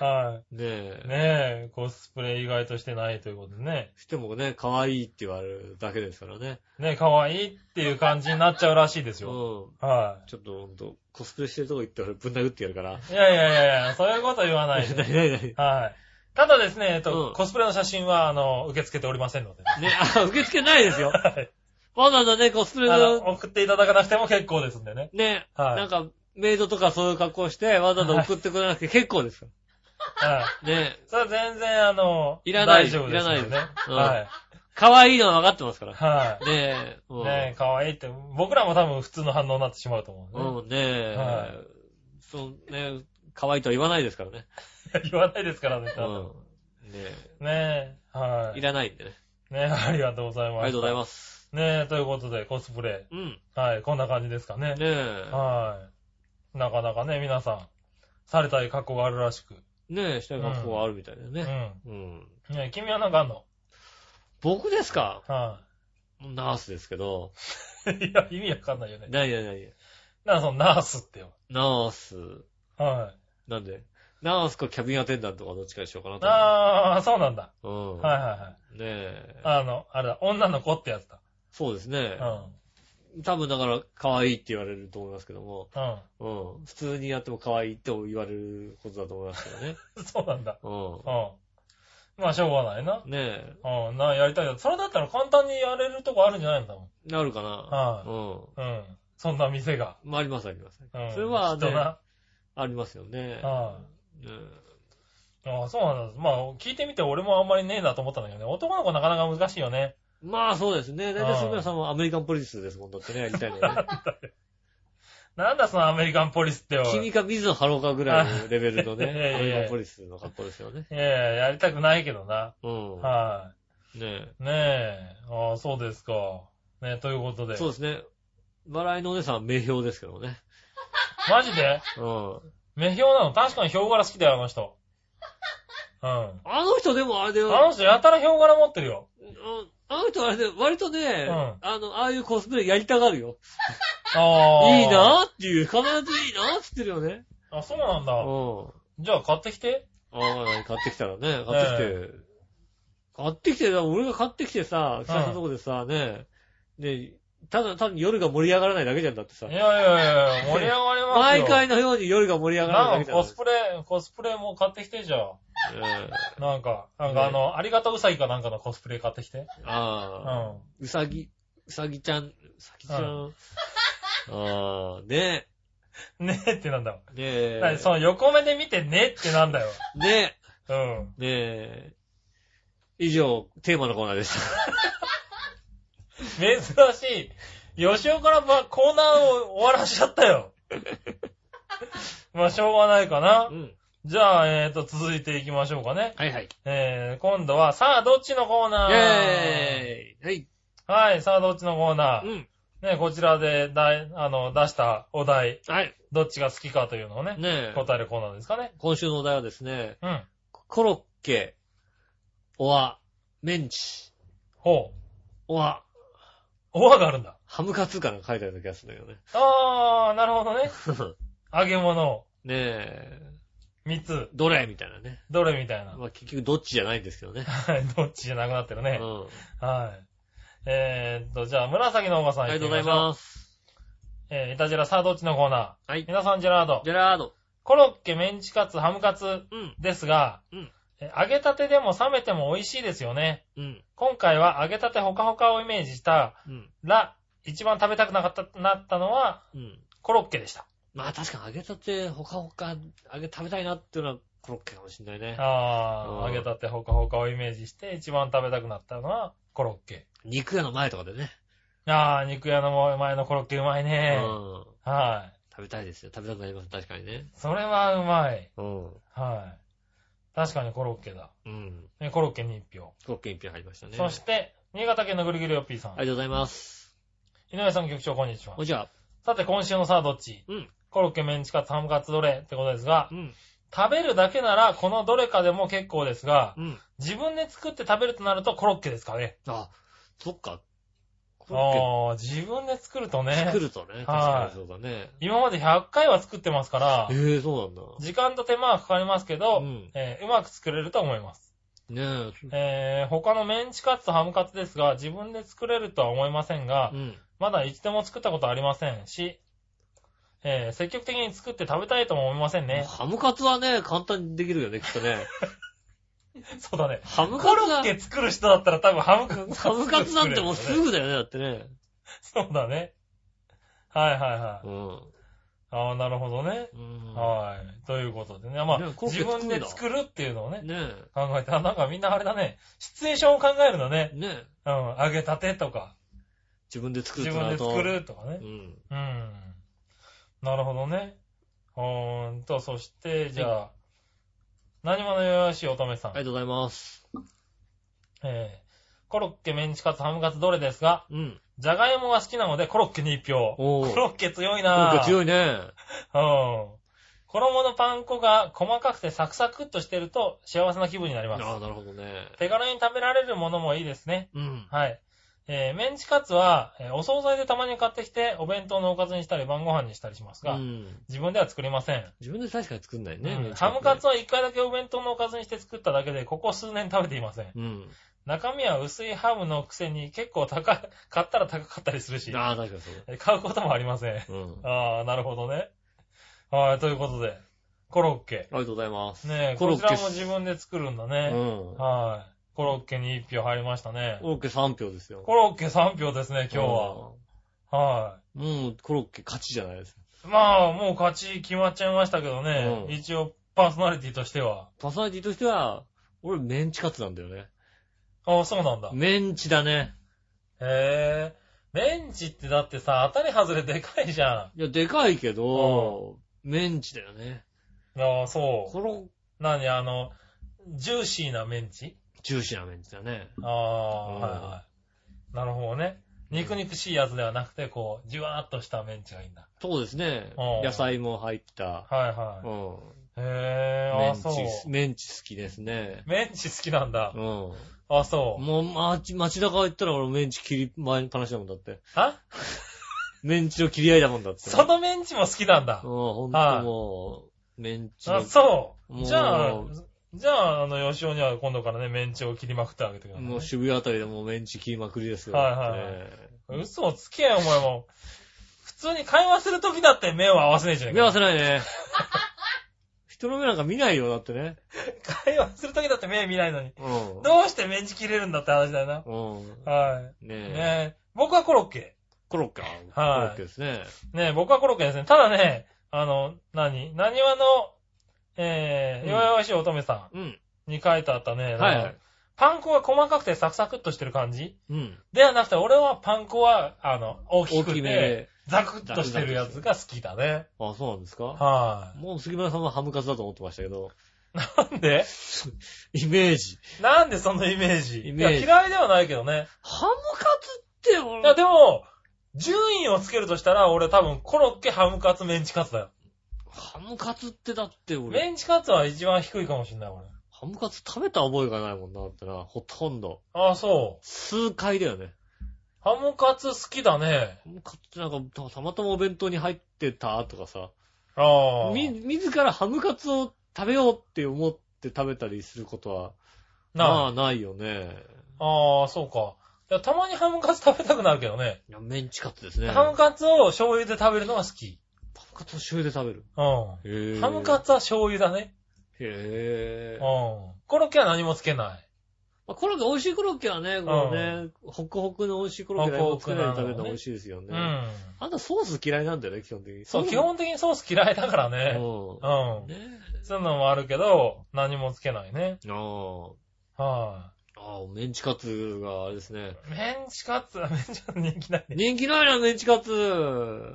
C: は
B: ん。ねえ。
C: い。ねえ、コスプレ以外としてないということでね。
B: してもね、可愛いって言われるだけですからね。
C: ねえ、可愛いっていう感じになっちゃうらしいです
B: うん
C: よ。。は
B: ちょっとほんと、コスプレしてるとこ行って俺ぶん殴ってやるから。
C: い。いやいやいやいや、そういうこと言わない
B: 何
C: で。
B: 何何
C: はい。ただですね、えっと、
B: うん
C: コスプレの写真は、あの、受け付けておりませんので。
B: ね、あ、受け付けないですよ。
C: はい。
B: わざわざね、コスプレ
C: あ
B: の、
C: の、送っていただかなくても結構ですんでね。
B: ね、
C: はい
B: なんか、メイドとかそういう格好して、わざわざ送ってくれなくて結構ですよ。
C: はい。
B: ね、
C: それは全然、あの、
B: いらない
C: 大丈夫ですよ
B: いら
C: ね
B: ないです。うん
C: はい。
B: 可愛いのは分かってますから。
C: はい。
B: ねえ、うん。
C: ねえ、かわいいって、僕らも多分普通の反応になってしまうと思
B: う
C: うね。
B: ん、ねえ、
C: は
B: そう、ね、可愛いとは言わないですからね。
C: 言わないですからね、
B: う
C: 多分。
B: ん。ね
C: ねえ、は
B: え、い
C: い。
B: らないんでね。
C: ねえ、ありがとうござい
B: あ
C: ま
B: り
C: す。
B: がとうござい
C: ま
B: ます。
C: す。ねえ、ということで、コスプレ。
B: うん。
C: はい、こんな感じですかね
B: ね。え。
C: はい。なかなかね、皆さん、されたい格好があるらしく。
B: ねえ、したい格好があるみたいだよ
C: う
B: ね。
C: ん。
B: うん。
C: ねえ、君はなんかあんの
B: 僕ですか
C: は
B: ナースですけど。
C: い。いや、意味わかんないよね。
B: ないないない。
C: なんかその、ナースってよ。
B: ナース。
C: は。
B: なんでナースかキャビンアテンダントかどっちかにしようかないと
C: あー、そうなんだ。
B: 思う。うん。
C: はいはいは
B: ね
C: い。
B: え。
C: あの、あれだ、女の子ってやつだ。
B: そうですね
C: う。ん。
B: 多分だから、可愛いって言われると思いますけども。
C: うん。
B: うん。普通にやっても可愛いって言われることだと思いますけどね。
C: そうなんだ。
B: う
C: うん。まあ、しょうがないな。
B: ん。ねえ。
C: うん。な、やりたいよ。それだったら簡単にやれるとこあるんじゃないんだも
B: なるかな
C: は。
B: うん
C: うん。そんな店が。
B: ん。まあ、ありますあります。
C: うん。
B: それは
C: きっと
B: ね、
C: な。
B: ありますよね。
C: は
B: うん
C: い。ああ、そうなんだ。まあ、聞いてみて俺もあんまりねえなと思ったんだけどね。男の子なかなか難しいよね。
B: まあそうですね。だいたい杉
C: う
B: 村
C: ん
B: さんもアメリカンポリスですもんだって ね、やりたいのはね。
C: なんだそのアメリカンポリスってよ。
B: 君か水野ハローかぐらいのレベルの ね、
C: いやいや
B: ア
C: い
B: メ
C: や
B: リカンポリスの格好ですよね。
C: いやいや、やりたくないけどな。
B: うん。
C: は
B: ね
C: い。ねえ。ああ、そうですか。ねえ、ということ
B: え。
C: で。
B: そうですね。笑いのお姉さんは名標ですけどね。
C: マジで
B: うん。
C: メヒョウなの確かにヒョウ柄好きだよ、あの人。うん。あ
B: あの人でもあれで、うん
C: の人やたらヒョウ柄持ってるよ。
B: あの人あれで、割とね、
C: ん
B: あの、ああいうコスプレやりたがるよ。
C: ああ。
B: いいなーっていう、必ずいいなーって言ってるよね。
C: あ、そうなん
B: う
C: だ。
B: ん。
C: じゃあ買ってきて。
B: ああ、買ってきたらね、買ってきて、買ってきて、だから俺が買ってきてさ、久々のとこでさ、ね、ね、ただ単に夜が盛り上がらないだけじゃんだってさ
C: いやい、やいや、盛り上がります
B: 毎
C: よ。
B: 回のように夜が盛り上がらな
C: ないん
B: だけじゃ
C: か
B: ん
C: コスプレ、コスプレも買ってきてじゃあ。
B: え
C: なんか、なんかあの、ありがとうさぎかなんかのコスプレ買ってきて。
B: え
C: うん。
B: ああ、
C: は
B: うさぎ、うさぎちゃん、うさぎちゃん。ああ、ね
C: い。ねえってなんだよ。
B: え、ね
C: だから
B: え、
C: その横目で見てねえってなんだよ。
B: ね
C: うん。
B: え、ねえ。以上、テーマのコーナーでした。
C: 珍しい。吉岡らばコーナーを終わらしちゃっ たよ。まあ、しょうがないかな
B: う。ん。
C: じゃあ、えーと、続いていきましょうかね。
B: はいはい。
C: えー、今度は、さあ、どっちのコーナ
B: イ
C: ー
B: ェーイはい。
C: はい、さあ、どっちのコーナ
B: う
C: ー。
B: ん。
C: ね、こちらで、だい、あの、出したお題、
B: はい。
C: どっちが好きかというのをね、
B: ねえ。
C: 答えるコーナーですかね。
B: 今週のお題はですね、
C: うん。
B: コロッケ、おわ、メンチ、
C: ほう。
B: おわ、
C: おわがあるんだ。
B: ハムカツかなんか書いてある気がするんだ
C: あー、なるほどね。
B: けどね。
C: 揚げ物を、
B: ねえ、
C: 3つ、
B: どれみたいなね。
C: どれみたいな。
B: まあ結局どっちじゃないんですけどね。
C: はい、どっちじゃなくなってる
B: う
C: ね。
B: ん。
C: はい。えーっと、じゃあ、紫のおばさん
B: ありがとうござい
C: す。
B: ます。
C: えー、いたじらさあ、どっちのコーナー。
B: はい
C: 皆さん、ジェラード。
B: ジェラード。
C: コロッケ、メンチカツ、ハムカツ
B: うん。
C: ですが、
B: うん
C: え揚げたてでも冷めても美味しいですよね。
B: うん。
C: 今回は揚げたてほかほかをイメージした
B: うん。
C: ら、一番食べたくなかった、なったのは、
B: うん。
C: コロッケでした。
B: まあ確かに揚げたて、ほかほか、揚げ食べたいなっていうのはコロッケかもしんないね。
C: あ
B: う
C: あ、
B: ん
C: 揚げたてほかほかをイメージして、一番食べたくなったのは、コロッケ。
B: 肉屋の前とかでね。
C: ああ、肉屋の前のコロッケうまいうね。
B: ん。
C: はい。
B: 食べたいですよ。食べたくなります。確かにね。
C: それはうまい。
B: うん。
C: はい。確かにコロッケだ。
B: うん。
C: ね、コロッケに1票。
B: コロッケ一品入りましたね。
C: そして、新潟県のぐるぐるよっぴーさん。
B: ありがとうございます。
C: 井上さん局長、こんにちは
B: こん。にちは。
C: さて、今週のさあ、どっち
B: うん。
C: コロッケ、メンチカツ、ハムカツ、どれってことですが
B: う、ん。
C: 食べるだけなら、このどれかでも結構ですが、
B: うん。
C: 自分で作って食べるとなるとコロッケですかね。
B: あ、そっか。コロッケ
C: ああ、自分で作るとね
B: 作。るとね、確かにそうだね。
C: 今まで100回は作ってますから
B: え、え、そうなんだ。
C: 時間と手間はかかりますけど、
B: うん
C: えーうまく作れると思います。
B: ね
C: えー他のメンチカツとハムカツですが、自分で作れるとは思いませんが
B: え。う、ん。
C: まだ一度も作ったことありませんし、えー積極的に作って食べたいとも思いませんね。
B: ハムカツはね、簡単にできるよね、きっとね。
C: そうだね。
B: ハム
C: コ
B: カツ
C: ロッ
B: は
C: ケ作る人だったら多分ハム カツ。
B: ハムカツなんてもうす
C: ぐ。
B: ぐだよね、だってね。
C: そうだね。はいはいはい。
B: うん。
C: ああ、なるほどね。
B: うん。
C: はい。ということでね。まあ
B: ね、コロッケ
C: 自
B: 作る
C: 分
B: んだ
C: で作るっていうのをね、
B: ね
C: 考えて、あ、なんかみんなあれだね、シチュエーションを考えるのね。
B: え。ねえ。
C: うん、揚げたてとか、
B: 自分で作る
C: 自
B: とな
C: 分
B: る
C: で
B: と。
C: 作るとかね
B: う。ん。
C: うん。なるほどね。うーんと、そして、じゃあ、何者よよしい乙女さん。
B: ありがとうございます。
C: えーコロッケ、メンチカツ、ハムカツどれですが、
B: うん。
C: じゃがいもが好きなのでコロッケに一票。
B: お
C: コ
B: ー。
C: ロッケ強い
B: コロ
C: な
B: ッケ強
C: い。
B: いね。
C: うん。衣のパン粉が細かくてサクサクっとしてると幸せな気分になります。
B: ああ、なるほどね。
C: 手軽に食べられるものもいいですね。
B: うん。
C: はい。えーメンチカツは、えーお惣菜でたまに買ってきて、お弁当のおかずにしたり、晩ご飯にしたりします
B: う
C: が、
B: ん。
C: 自分では作りません。
B: 自分で確かに作んないね。
C: うん
B: メン
C: ハムカツ
B: は。
C: は一回だけお弁当のおかずにして作っただけで、ここ数年食べていません。
B: うん。
C: 中身は薄いハムのくせに結構高い、 買ったら高かったりするし、
B: ああ、確かにそう
C: え買うこともありません。
B: だ。うん。あ
C: ああ、なるほどね。はい、ということで、コロッケ。
B: りがとうございます。
C: ねえ、
B: コロ
C: こ
B: ッ
C: ち
B: ケ
C: らも自分で作るんだ
B: うん。
C: ね。
B: コ
C: はい。コロッケに1票入りましたね。
B: ロッケ3票ですよ。
C: コロッケ3票ですね、今日は。は
B: うん。もう、コロッケ勝ちじゃないですか。
C: い。まあ、もう勝ち決まっちゃいましたけどね。
B: うん
C: 一応、パーソナリティとしては。
B: パーソナリティとしては、俺メンチカツなんだよね。
C: ああ、そうなんだ。
B: メンチだね。
C: へえ。メンチってだってさ、当たり外れでかいじゃ
B: いや、でかいけど、メンチだよね。
C: ん。ああ、そう。
B: コロ
C: 何あの、ジューシーなメンチ
B: ジューシーなメンチだね。
C: ああ、はいはい。なるほどね。肉肉しいやつではなくて、こう、じゅわーっとしたメンチがいいんだ。
B: そうですね。
C: うん
B: 野菜も入った。
C: はいは
B: うん。
C: い。へえ、あ
B: メ
C: あ、
B: ン
C: そう
B: チ、。メンチ好きですね。
C: メンチ好きなんだ
B: う。ん。
C: あそう。
B: もう、街、街中行ったら俺メンチ切り、前っぱなしだもんだって。
C: あ
B: メンチの切り合いだもんだって。
C: そのメンチも好きなんだ
B: うん、。ほんともう、メンチの。
C: あ、そ
B: も
C: う。
B: う
C: じゃあ、じゃあ、あの、吉尾には今度からね、メンチを切りまくってあげてくださいね。
B: もう渋谷あたりでもうメンチ切りまくりですよ。
C: はいはい
B: ね
C: 嘘をつけよ、お前も。普通に会話するときだって目を合わせねえじゃん。
B: 目合わせないね。 人の目なんか見ないよ、だってね。
C: 会話するときだって目見ないのに。
B: うん。
C: どうしてメンチ切れるんだって話だよ
B: うん。
C: な。は
B: ねえ。
C: い。ねえ。僕はコロッケ。
B: コロッケ。コロッケですね。
C: ねえ、僕はコロッケですね。ただね、あの、何何話の、え
B: う
C: ー、
B: ん
C: 弱々しい乙女さ
B: うん。
C: んに書いてあったね。
B: はい
C: な
B: は
C: ん
B: い
C: か。パン粉が細かくてサクサクっとしてる感じ
B: うん。
C: ではなくて、俺はパン粉は、あの、大き
B: 大
C: く
B: き
C: て、
B: め。
C: ザクッとしてるやつが好きだね。
B: あ、そうなんですか
C: は
B: もう杉村さんはハムカツだと思ってましたけど、
C: い。なんで
B: イメージ。
C: なんでそのイメージ
B: イメージ
C: いや嫌いではないけどね。
B: ハムカツって
C: いや、
B: 俺、
C: でも、順位をつけるとしたら、俺多分コロッケ、ハムカツ、メンチカツだよ。
B: ハムカツってだって俺、
C: メンチカツは一番低いかもしんない、俺。
B: ハムカツ食べた覚えがないもんな、だってな、ほとんど。
C: ああ、そう。
B: 数回だよね。
C: ハムカツ好きだね。
B: ハムカツってなんか、たたまたまお弁当に入ってたとかさ、
C: ああ。
B: み、自らハムカツを食べようって思って食べたりすることは、ま
C: な
B: あないよね。
C: あ。ああ、そうか。いや、たまにハムカツ食べたくなるけどね。
B: いや、メンチカツですね。
C: ハムカツを醤油で食べるのが好き。
B: ハムカツを醤油で食べる。
C: う
B: へ
C: ん。
B: ー
C: ハムカツは醤油だね。う
B: へ
C: ん
B: ぇ。。
C: コロッケは何もつけない。
B: まあ、コロッケ、美味しいコロッケはね、このね、ホクホクの美味しいコロッケで
C: ホ
B: も
C: ク
B: つ
C: ホ
B: け
C: ク
B: ない
C: なのね
B: で食べるの美味しいですよね。
C: うん。
B: あんたソース嫌いなんだよね、基本的に。
C: そう、基本的にソース嫌いだからね。
B: う
C: う
B: ん。。
C: ん
B: ね
C: そういうのもあるけど、何もつけないね。
B: ああ。
C: は
B: ああ、メンチカツが、あれですね。
C: い、メンチ カツ、メンチカツ人気ないね。
B: 人気ないな、メンチカツ。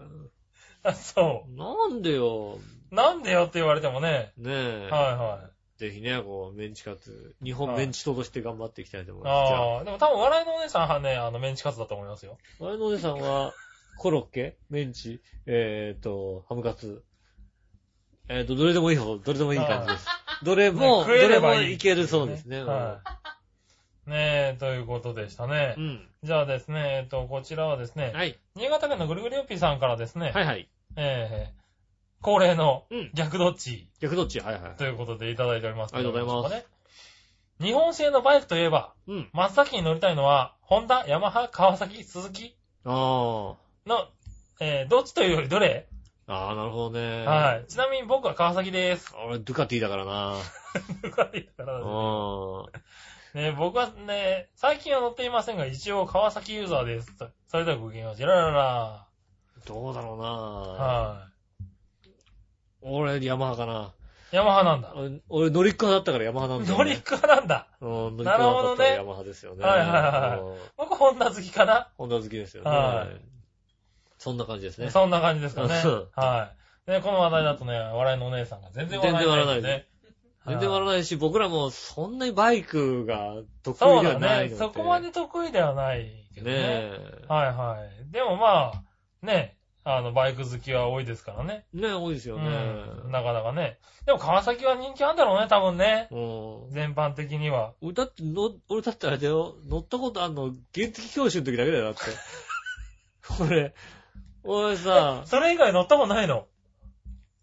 C: あ、 そ
B: なんでよ。
C: う。なんでよって言われてもね。
B: ねえ。
C: はいはい。
B: ぜひね、こう、メンチカツ、日
C: は
B: 本
C: い
B: メンチ党として頑張っていきたいと思います。じゃあ、
C: ああ、でも多分笑いのお姉さんはね、あの、メンチカツだと思いますよ。
B: 我のお姉さんは、コロッケ、メンチ、えーと、ハムカツ。えーと、どれでもいい方、どれでもいい感じです。どれも、
C: 食え
B: ど
C: れ
B: れ
C: ばいい
B: もいけるそうですね。
C: はねえ、ということでしたね。
B: うん。
C: じゃあですね、えっと、こちらはですね、
B: はい。
C: 新潟県のぐるぐるよっぴーさんからですね、
B: はいはい。
C: えー恒例の
B: うん。
C: 逆どっち
B: 逆どっちはいはい。
C: ということでいただいております。。
B: ありがとうございます
C: 日本製のバイクといえば、
B: うん。
C: 真っ先に乗りたいのは、ホンダ、ヤマハ、川崎、スズキ
B: あ
C: の、えーどっちというよりどれ、
B: あ。ああ、なるほどね。
C: はい。ちなみに僕は川崎です。
B: 俺、ドゥカティだからな。
C: とか言ったか
B: うん。
C: らね、僕はね、最近は乗っていませんが、一応川崎ユーザーです。とそれではごきげんよう。ジェラララ
B: どうだろうな。
C: ラ。
B: は
C: は
B: 俺、ヤマハかな。
C: い。ヤマハなんだ。
B: 俺俺、乗りっ子だったからヤマハなんだよね。
C: 乗りっ子なんだ。
B: うん、乗りっ子
C: な
B: だ
C: るほ
B: っ
C: どね
B: たからヤマハですよね。
C: はいはいはい
B: うん
C: 僕ホンダ好きかな。
B: ホンダ好きですよね。
C: は
B: そんな感じですね。
C: そんな感じですかね
B: そう。
C: はい。で、この話題だとね、笑いのお姉さんが全然笑えないんでね。
B: 全然笑わないし、僕らもそんなにバイクが得意
C: そう
B: では
C: だ
B: ないので。
C: ね。そこまで得意ではないけ
B: ね
C: どね。
B: え。
C: はいはい。でもまあ、ね、あの、バイク好きは多いですからね。
B: ねえ、多いですよね。
C: うん。なかなかね。でも川崎は人気あんだろうね、多分ね。
B: うん。
C: 全般的には。
B: 俺だっての、俺だってあれだよ、乗ったことあんの、原付教習の時だけだよ、 だって。俺、俺さ、
C: それ以外乗ったことないの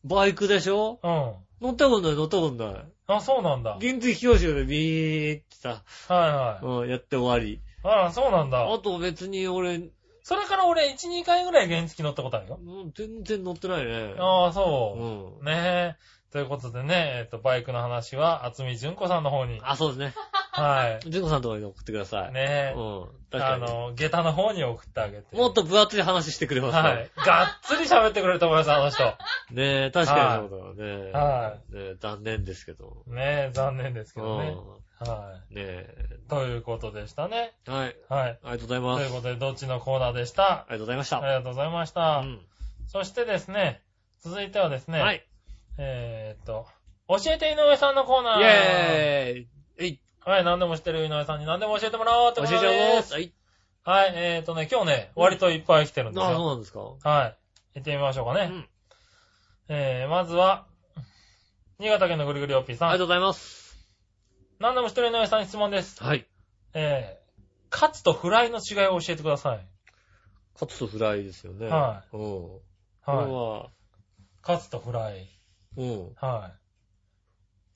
B: バイクでしょ
C: うん。
B: 乗ったことない、乗ったことない。
C: あ、そうなんだ。はい
B: 原付教習でビーってさ、
C: はい。
B: うん、やって終わり。
C: あら、そうなんだ
B: あ。と別に俺、うん
C: それから俺、1、2回ぐらい原付乗ったことあるよ。
B: 全然乗ってないね。
C: ああ、
B: う
C: そ
B: ん
C: う。。ねえ。ということでね、えっと、バイクの話は、厚見純子さんの方に。
B: あ、そうです ね。
C: は
B: ジュンコさんとかに送ってくださ
C: い。
B: い。
C: ねえ。
B: うん。確
C: あ
B: かに。
C: の、下駄の方に送ってあげて。
B: もっと分厚い話してくれますか
C: は
B: ら
C: い。がっつり喋ってくれると思います、あの人。
B: ねえ、確かにそうだよね。。
C: はい
B: ねえ、残念ですけど。
C: ねえ、残念です
B: う
C: け
B: ん。
C: どね
B: ね。
C: は
B: え。
C: い。ということでしたね。
B: はい。
C: はい。
B: ありがとうございま
C: と
B: す。あ
C: いう
B: り
C: ことで、どっちのコーナーでし
B: が
C: た。
B: とうございまし
C: あり
B: た。
C: がとうございまし
B: う
C: た。
B: ん。
C: そしてですね、続いてはですね、
B: はい。
C: えーっと、教えて井上さんのコーナー。
B: イェーイえい、
C: はい、何でも知ってる井上さんに何でも教えてもらおうって
B: 教え
C: こと
B: ち
C: で
B: ゃおう
C: す。
B: はい。
C: はい、えーっとね、今日ね、割といっぱい来てるんです
B: あ、そう
C: よ。
B: なんですかう
C: はい。行ってみましょうかね。
B: ん。
C: えー、まずは、新潟県のぐりぐりおっぴー
B: あ
C: さ
B: りが
C: ん。
B: とうございます。
C: 何でも知ってる井上さんに質問です。
B: はい。
C: えー、カツとフライの違いを教えてください。
B: カツとフライですよね。。
C: はい
B: うん。これ
C: は
B: は、
C: い。カツとフライ。
B: うん。
C: は
B: カ
C: い。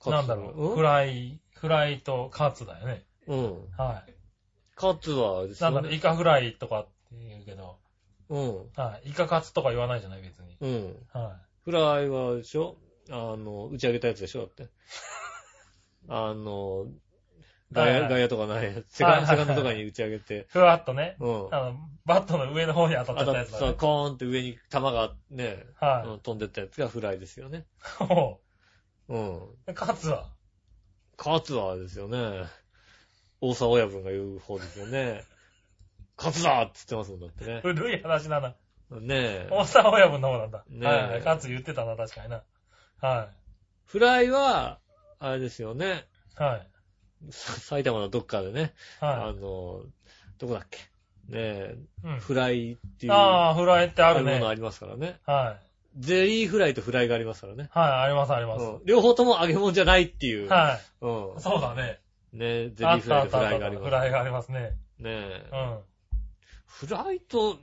B: ツ
C: なんだろう。フ
B: ラ
C: ライ、フライとカツだよね。
B: イ。うん。
C: はい。
B: カツはあれです
C: な
B: よ
C: ん
B: ね
C: だろう、イカフライとかって言うけど、
B: うん。
C: はい。イカカツとか言わないじゃない、別に。
B: うん。
C: は
B: フライはあれでしょあの、打ち上げたやつでしょだ って。あの、ガ
C: はいは
B: ヤ、
C: い
B: ガヤとかない、セ
C: はい
B: カ
C: は
B: ンド、セカ
C: い
B: ンドとかに打ち上げて
C: い。、ふわっとね、
B: うん。
C: あの、バットの上の方に当たっちゃ
B: あ
C: った
B: だ
C: や
B: っ
C: つ
B: て
C: だ
B: さ、
C: ね。
B: コーンって上に弾がね、う
C: は
B: ん飛んでったやつがフライですよね。
C: い。も
B: うん。
C: う、カツは、
B: カツはあれですよね。大沢親分が言う方ですよね。カツだって言ってますもんだってね。
C: 古い話だな。
B: ねえ。
C: 大沢親分の方なんだ。
B: ねえ
C: はいはい。カツ言ってたな、確かにな。は
B: フライは、あれですよね。
C: い。はい。
B: さ埼玉のどっかでね、あ
C: は
B: の、どこだっけ。ねえ、
C: い。うん。
B: フライっていう。
C: ああ、フライってあ
B: ある
C: る
B: も
C: ね。
B: のあ
C: はい。
B: りますからね。
C: はい、
B: ゼリーフライとフライがありますからね。
C: あります、あります。
B: うん両方とも揚げ物じゃないっていう。
C: はい。
B: うん。
C: そうだね。
B: ねゼリ
C: あ
B: ー
C: っ
B: フ
C: た
B: ラ
C: あ
B: イと
C: った
B: フ
C: あ
B: ライ
C: っ
B: があ
C: た。
B: ります。
C: フライがありますね。
B: ねえ
C: う。ん。
B: フライと、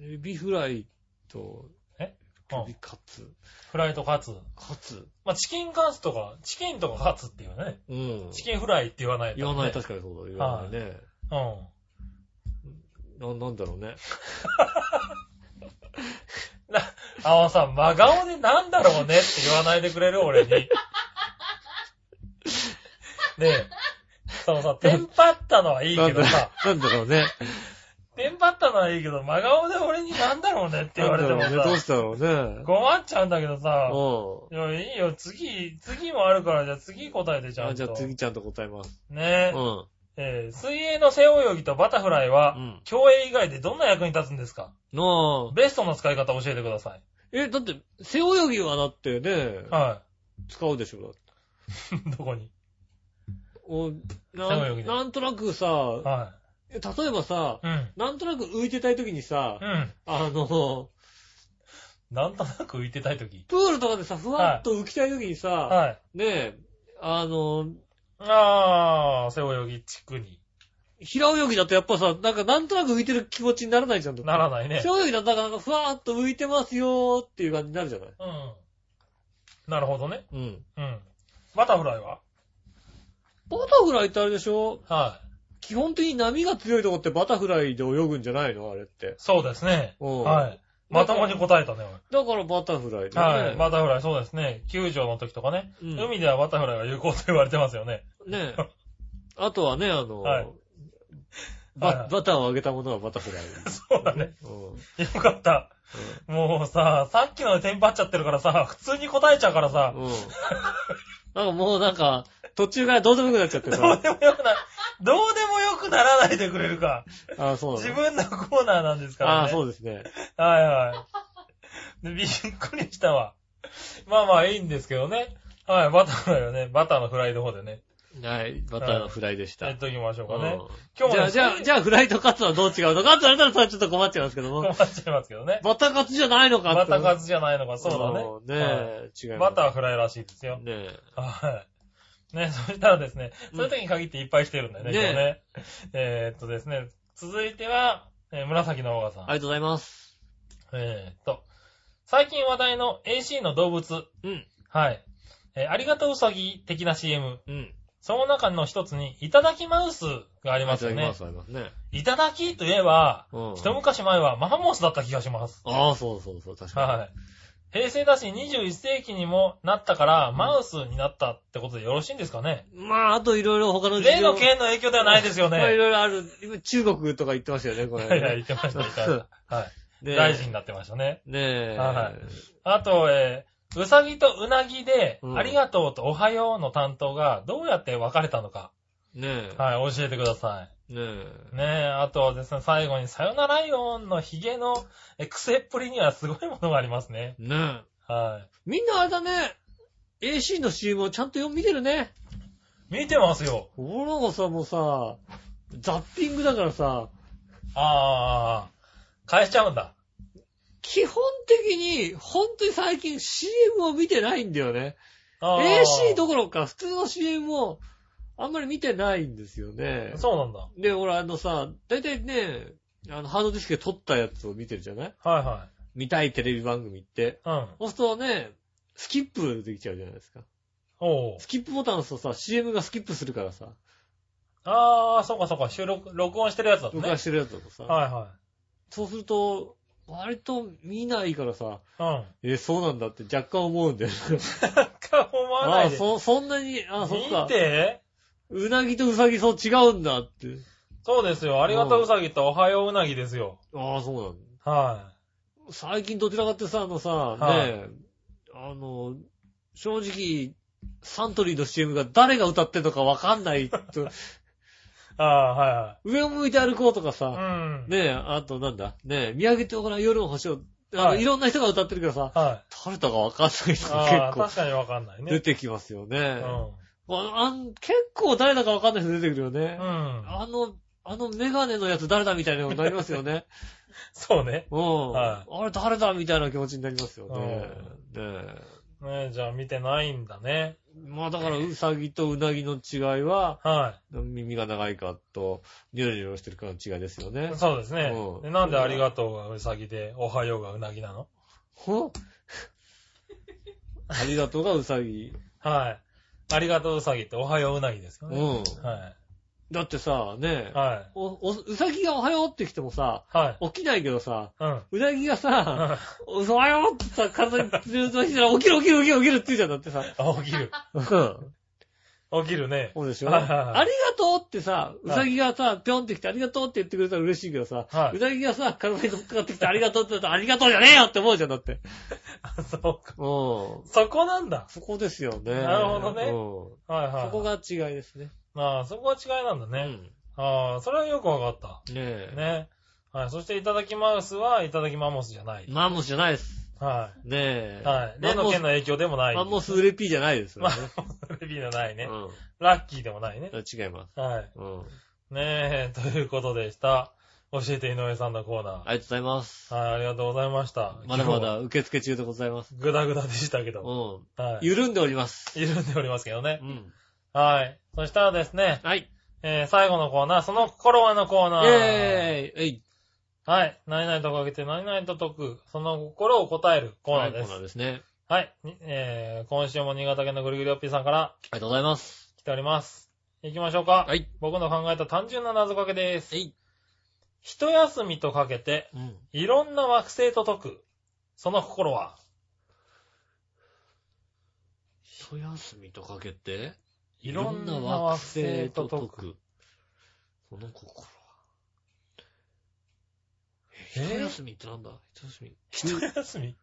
B: エビフライと、
C: えうん
B: エビカツ。
C: フライとカツ。
B: カツ。
C: まあ、チキンカツとか、チキンとかカツっていうね。
B: うん。
C: チキンフライって言わないと、
B: 言わない、確かにそうだ。言わないね。
C: かに。うん。
B: な、なんだろうね。
C: あのさ、真顔でなんだろうねって言わないでくれる 俺に。ねえ。そのさ、テンパったのはいい
B: な
C: け
B: んだ
C: どさ、
B: なんだろうね。
C: テンパったのはいいけど、真顔で俺になんだろうねって言われても
B: なんだろうね。どう
C: さ、
B: したろうね。
C: 困っちゃうんだけどさ、
B: う
C: いや、いいよ、次、次もあるから、じゃあ次答えてち
B: ん。あ
C: ゃんと。
B: じゃあ、次ちゃんと答えます。う
C: ねえ、
B: ん。
C: えー水泳の背泳ぎとバタフライは、
B: うん
C: 競泳以外でどんな役に立つんですか
B: なあ。
C: ベストの使い方教えてください。
B: え、だって、背泳ぎはだってね、
C: は
B: 使うでしょ、だって
C: い。 どこに
B: おな
C: 背泳ぎ
B: ん
C: で
B: なんとなくさ、
C: は
B: え例えばさ
C: い。、うん。
B: なんとなく浮いてたい時にさ
C: う、ん。
B: あの、
C: なんとなく浮いてたいとき。
B: プールとかでさ、ふわっと浮きたい時にさ、
C: はい。
B: ねえ、あの、
C: あー、背泳ぎ地区に。
B: 平泳ぎだとやっぱさ、なんかなんとなく浮いてる気持ちにならないじゃん。
C: ならないね。
B: 平泳ぎだとなんかなんかふわーっと浮いてますよーっていう感じになるじゃない
C: うん。なるほどね。
B: うん。
C: うん。バタフライは
B: バタフライってあれでしょ
C: はい。
B: 基本的に波が強いとこってバタフライで泳ぐんじゃないのあれって。
C: そうですね。
B: うん。
C: はい。まともに答えたね、
B: だからバタフライ
C: 俺はい。
B: ま
C: バタフライ、そうですね。救助の時とかね。
B: うん
C: 海ではバタフライが有効と言われてますよね。
B: ねえ。あとはね、あの、
C: はいは
B: バ
C: い
B: バターをあげたものはバタフライ。
C: そうだね。
B: うん。
C: よかった。もうさ、さっきのでテンパっちゃってるからさ、普通に答えちゃうからさ、
B: うん。なんかもうなんか、途中からどうでもよくなっちゃって
C: どう
B: さ。
C: でもよくな、どうでもよくならないでくれるか。
B: ああ、そうなの
C: 自分のコーナーなんですからね。
B: ああ、そうですね。
C: はいはい。でびっくりしたわ。まあまあいいんですけどね。はい、バターだよね。バターのフライの方でね。
B: はい、バターのフライでした。
C: やっときましょうかね。
B: う
C: 今
B: んじ
C: 日も
B: ゃ
C: ね
B: あ、じゃあ、じゃあ、フライとカツはどう違うのかって言われたらさ、ちょっと困っちゃいますけど
C: 困
B: も
C: っ。ちゃいますけどね。
B: バターカツじゃないのか
C: バターカ
B: ツ。
C: ツじゃないのか、そうだね。
B: ねえ、違
C: はいい
B: ます。
C: バターフライらしいですよ。
B: ねえ。
C: はい。ね、そしたらですね、そういう時に限っていっぱいしてるんだよね、
B: ね
C: 今日ね。えーっとですね、続いては、えー紫のオーガさん。
B: ありがとうございます。
C: えーっと、最近話題の AC の動物。
B: うん。
C: はい。えーありがとううさぎ的な CM。
B: うん。
C: その中の一つに、いただきマウスがあ
B: あ
C: りますよね。
B: ありますね。
C: いただきといえば、
B: うん。
C: 一昔前はマンモスだった気がします。
B: ああ、そうそうそう、確かに。
C: はい。平成だし21世紀にもなったから、マウスになったってことでよろしいんですかね
B: まあ、あといろいろ他の
C: 例の件の影響ではないですよね。
B: まあ、
C: はいい
B: ろいろある。今、中国とか言ってましたよね、これ、ね。
C: はい、言ってました、言ってました。は
B: ね
C: い。
B: え
C: 大臣になってましたね。
B: ねえ。
C: はいあと、えー、うさぎとうなぎで、
B: うん
C: ありがとうとおはようの担当がどうやって分かれたのか、
B: ねえ。
C: はい、教えてください。
B: ねえ。
C: ねえ、あとはですね、最後にさよならイオンのヒゲのえ癖っぷりにはすごいものがありますね。
B: ねえ。
C: は
B: みんなあれだね。AC の CM をちゃんと読見てるね。
C: い。見てますよ。
B: 俺なんかさ、もうさ、ザッピングだからさ、
C: あー、返しちゃうんだ。
B: 基本的に、本当に最近 CM を見てないんだよね。
C: あー
B: AC どころか、普通の CM をあんまり見てないんですよね。
C: そうなんだ。
B: で、俺あのさ、だいたいね、あの、ハードディスクで撮ったやつを見てるじゃない
C: はいは
B: 見たいテレビ番組って。
C: い。うん。
B: そうするとね、スキップできちゃうじゃないですか。
C: おう
B: スキップボタン押すとさ、CM がスキップするからさ、
C: あー、そうかそうか、収録、録音してるやつだった
B: 録
C: ね
B: 画。してるやつだとさ、
C: はいは
B: そうすると、割と見ないからさ、
C: い。うん。
B: え、そうなんだって若干思うんだよね。
C: なんか思わ
B: あ
C: ない
B: あ、
C: で。
B: そ、そんなに、ああ、そっか
C: 見。て。
B: うなぎとうさぎそう違うんだって。
C: そうですよ。ありがとううさぎとおはよううなぎですよ。
B: ああ、そうなんだ。
C: は
B: 最近どちらかってさ、あのさ、
C: はい
B: ねえ、あの、正直、サントリーの CM が誰が歌ってんのかわかん ないと。
C: い。あ
B: 上を向いて歩こうとか
C: ー、はい
B: さ、
C: はい。うん。
B: ねえ、あとなんだ、ねえ、見上げてごらん夜の星を、あの、
C: はい
B: い、ろんな人が歌ってるからさ、
C: はい。
B: 誰だかわかんない人
C: あ
B: が
C: あ、
B: 結構
C: 確かにわかんない
B: 出
C: ね。
B: てきますよ
C: う
B: ね。
C: ん。
B: ああん結構誰だかわかんない人出てくるよね。
C: うん。
B: あの、あのメガネのやつ誰だみたいなのになりますよね。
C: そうね。
B: うん。
C: は
B: あれ誰だみたいな気持ちになりますよね。ねえ。
C: ねえ、じゃあ見てないんだね。
B: まあだから、うさぎとうなぎの違いは、
C: は
B: 耳が長いかと、ニョロニョロしてるかの違いですよね
C: い。。そうですね
B: う。ん
C: でなんでありがとうがうさぎで、おはようがうなぎなの
B: ほありがとうがうさぎ。
C: はい。ありがとううさぎっておはよううなぎですよ
B: う
C: ね。
B: ん。
C: は
B: だってさ、ね
C: い。は
B: お、お、うさぎがおはようって来てもさ、
C: い。はい。
B: 起きないけどさ、
C: うん。
B: うなぎが
C: う
B: さ、
C: ん
B: おはようってさ、体にずるずるしたら起きる起きる起きる起きるって言うじゃんだってさ。
C: あ、起きる。
B: うん。そ
C: 起きるね。
B: うでしょ
C: は
B: あ
C: い
B: り
C: はいはい
B: がとうってさ、うさぎがさ、ぴょんって来てありがとうって言ってくれたら嬉しいけどさ、
C: はいう
B: なぎがさ、体に乗っかかってきてありがとうって言ったらありがとうじゃねえよって思うじゃんだって。
C: そうか。
B: うん。そ
C: そこなんだ。
B: こですよね。
C: なるほどね
B: うん
C: はいはい。
B: そこ。が違いですね。
C: まあ、そこが違いなんだ
B: う
C: ね。
B: ん。
C: ああ、それはよくわかった。
B: ねえ。
C: ね。はい。そして、いただきマウスは、いただきマンモスじゃない。
B: マンモスじゃないです。
C: は
B: ね
C: い。
B: え。
C: はい。例の件の影響でもない。
B: マンモスウレピーじゃないですよ
C: マン
B: ね。
C: モスレビーのないね。
B: う
C: ラッキーでもないね。
B: ん。違います。
C: はい。
B: うん。
C: ねえ、と いうことでした。教えて井上さんのコーナー。
B: ありがとうございます。
C: はい、ありがとうございました。
B: まだまだ。受付中でございます。
C: ぐだぐだでしたけ
B: う
C: ど。
B: ん。
C: はい。
B: 緩んでおります。
C: 緩んでおりますけどね
B: う。ん。
C: はい。そしたらですね、
B: はい。
C: えー、最後のコーナー、その心はのコーナー。
B: イェーイえい
C: はい。何々とかけて何々と解く、その心を答えるコーナーで
B: はいコーナー
C: す。
B: ですね。
C: はい。にえー、今週も新潟県のぐるぐるおっぴーさんから
B: ありがとうございます。
C: 来ております。行きましょうか。
B: はい。
C: 僕の考えた単純な謎かけです
B: え。い。
C: 一休みとかけて、
B: うん。
C: いろんな惑星と解く、その心は、
B: 一休みとかけて、
C: いろんな惑星と解く。
B: く。その心は。
C: え
B: 一
C: ー
B: 休みってなんだ一休み。
C: 一休み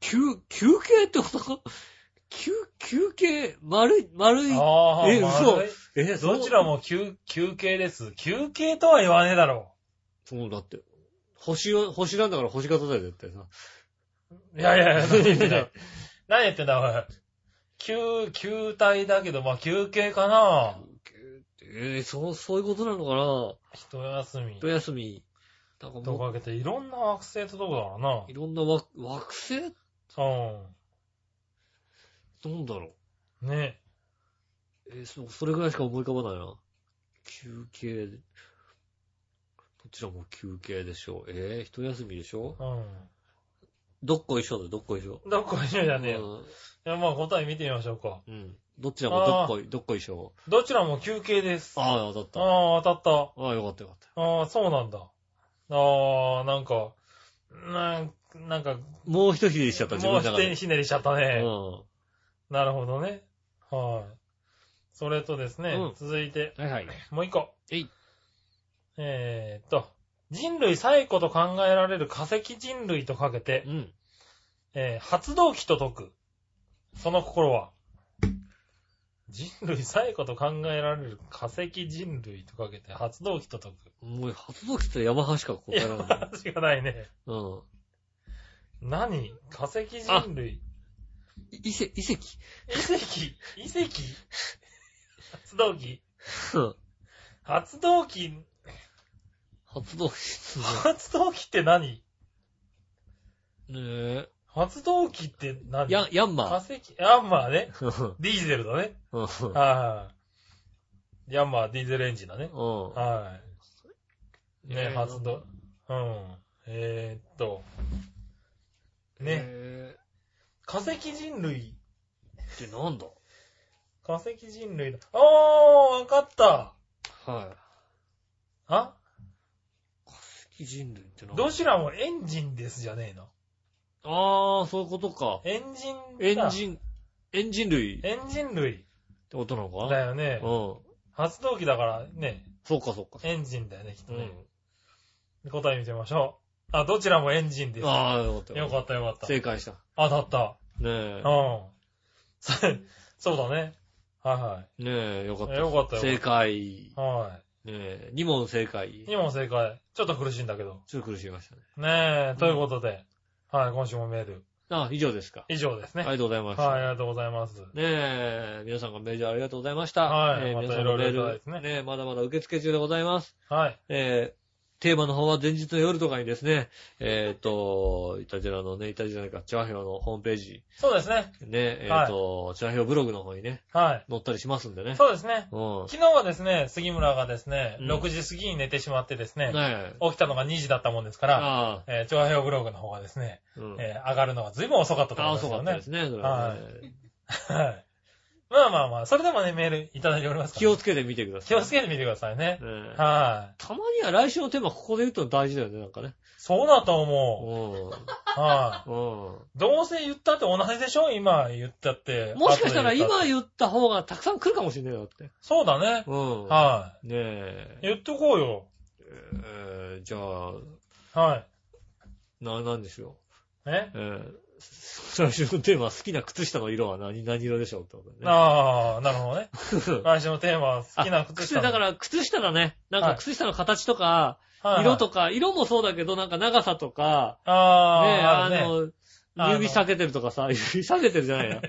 B: 休、休憩ってこと か休、休憩丸い、丸い。
C: ああ、
B: え嘘
C: 丸い
B: え
C: どちらも休、休憩です。休憩とは言わねえだろ
B: そうだって。星を、星なんだから星型だよ、絶対さ。
C: う。いやいやいや、何言ってんだ。 何言ってんだ、おい。休、休体だけど、まあ休憩かな。
B: えー、そう、そういうことなのかな
C: 一休み
B: 一。休み。なんか
C: と
B: も
C: かけて、いろんな惑星とどこだろうな
B: う、いろんな惑、惑星。なんだろ
C: うん。ね。
B: う。えーそ、それぐらいしか思い浮かばないな。休憩。どちらも休憩でしょう。えー、一休みでしょ
C: う
B: どっこいしょだよ、どっこいしょ。
C: ん。どっこいしょじゃねえよ。
B: うん
C: いや、まあ答え見てみましょうか。
B: うん。どちらもどっこい、どっこいしょ。
C: どちらも休憩です。あ
B: ああ、当たった。
C: あー、当たった。
B: ああ、よかったよかった。
C: ああ、そうなんだ。ああ、なんか、なんなんか、
B: もう一ひねりしちゃった、自分
C: も
B: の
C: うひ
B: 中
C: ねり
B: で。
C: ひねりしちゃった
B: う
C: ね。
B: ん。
C: なるほどね。はい。それとですね、
B: うん
C: 続いて、
B: はいはい。
C: もう一個。
B: えい。
C: えーっと、人類最古と考えられる化石人類とかけて
B: う、ん。
C: えー発動機と解く。その心は人類最古と考えられる化石人類とかけて、発動機と解く。
B: もう発動機ってヤマハしか答えられない。
C: 話がないね。
B: うん。
C: 何化石人類
B: い遺跡、遺跡。
C: 遺跡遺跡発動機
B: うん
C: 発動機
B: 発動室
C: 発動機って何
B: ねえ。
C: 発動機って何
B: ヤ、ヤン
C: 化
B: マ
C: 石、ヤンマーね。
B: ー。
C: ディーゼルだね。
B: うん。
C: はい。ヤンマーディーゼルエンジンだね。
B: うん
C: はい。ね、発動。うん。えーっと。ね、
B: え
C: 化石人類。
B: ーってなんだ
C: 化石人類だ。あー、わかった。
B: は
C: あ
B: い。化石人類ってなんだ
C: どちらもエンジンですじゃねえの。
B: あー、そういうことか。
C: エンジンだ。
B: エンジン、エンジン類って
C: エンジン類
B: ことなのか
C: だよね
B: う。ん。
C: 発動機だからね、
B: そうかそうか。
C: エンジンだよね、きっと
B: う
C: ね
B: ん。。
C: 答え見てみましょう。あ、どちらもエンジンです。よ
B: あー、よかった
C: かったよかった。
B: 正解した。
C: あ、だった。
B: ね
C: うん。そ そうだね。は
B: え。ねえ、よか
C: い
B: っ
C: はい。よかった
B: た。
C: よ。
B: 正解。
C: は
B: ねえ、2問正解
C: い。。今も正解。ちょっと苦しいんだけど。
B: ちょっと苦しみましたね。
C: ねえ、ということで。はい、今週もメール。
B: あ、以上ですか。
C: 以上ですね。
B: ありがとうございました。
C: はい、ありがとうございます。
B: ねえ、皆さんがメールありがとうございました。
C: はい
B: えー
C: また
B: 皆さんのメ
C: いろいろいただい
B: ー
C: てね
B: ル、ねえまだまだ受付中でございます。
C: はい。
B: えーテーマの方は前日の夜とかにですね、えっ、と、イタジラのね、イタジラなんか、チャーヒョのホームページ、
C: そうですね。
B: ね、えっ、と、チャーヒョブログの方にね、
C: は
B: 載ったりしますんで
C: い。
B: ね。
C: そうですね。
B: うん。
C: 昨日はですね、杉村がですね、
B: うん
C: 6時過ぎに寝てしまってですね、
B: ねえ。
C: 起きたのが2時だったもんですから、
B: ああ、
C: えー、長編ブログの方がですね、
B: うん。
C: えー上がるのが随分遅かったと
B: あ
C: 思
B: あ、
C: います
B: そうかっ
C: よ
B: た
C: ね
B: で。すね。それはね
C: はい。まあまあまあ、それでもね、メールいただいておりますから
B: 気をつけてみてくださ
C: 気
B: い。
C: をつけてみてください
B: ね
C: ね。
B: え
C: はい。
B: たまには来週のテーマここで言うと大事だよね、なんかね。
C: そうだと
B: う
C: 思う。は
B: ん。うん。
C: い。どうせ言ったって同じでしょ今言ったって。
B: もしかしたら今
C: 言
B: 言った方がたくさん来るかもしれないよだって。
C: そうだね。
B: うん。
C: は
B: ね
C: い。
B: え。
C: 言っとこうよ。
B: えーじゃあ、
C: はい。
B: な、なんでしょ
C: え
B: う。えー、最初のテーマ、好きな靴下の色は何、 何色でしょうってことだね。
C: ああ、なる ほどね。来週のテーマは好きな靴
B: 靴
C: 下。
B: 下、だから靴下だね。なん
C: は
B: か
C: い
B: 靴下の形とか、
C: ら
B: 色とか、色もそうだけど、なんか長さとか、ね
C: あ
B: え、
C: あ、
B: あ
C: るね
B: の、
C: あの
B: 指下げてるとかさ、指下げてるじゃ ないな。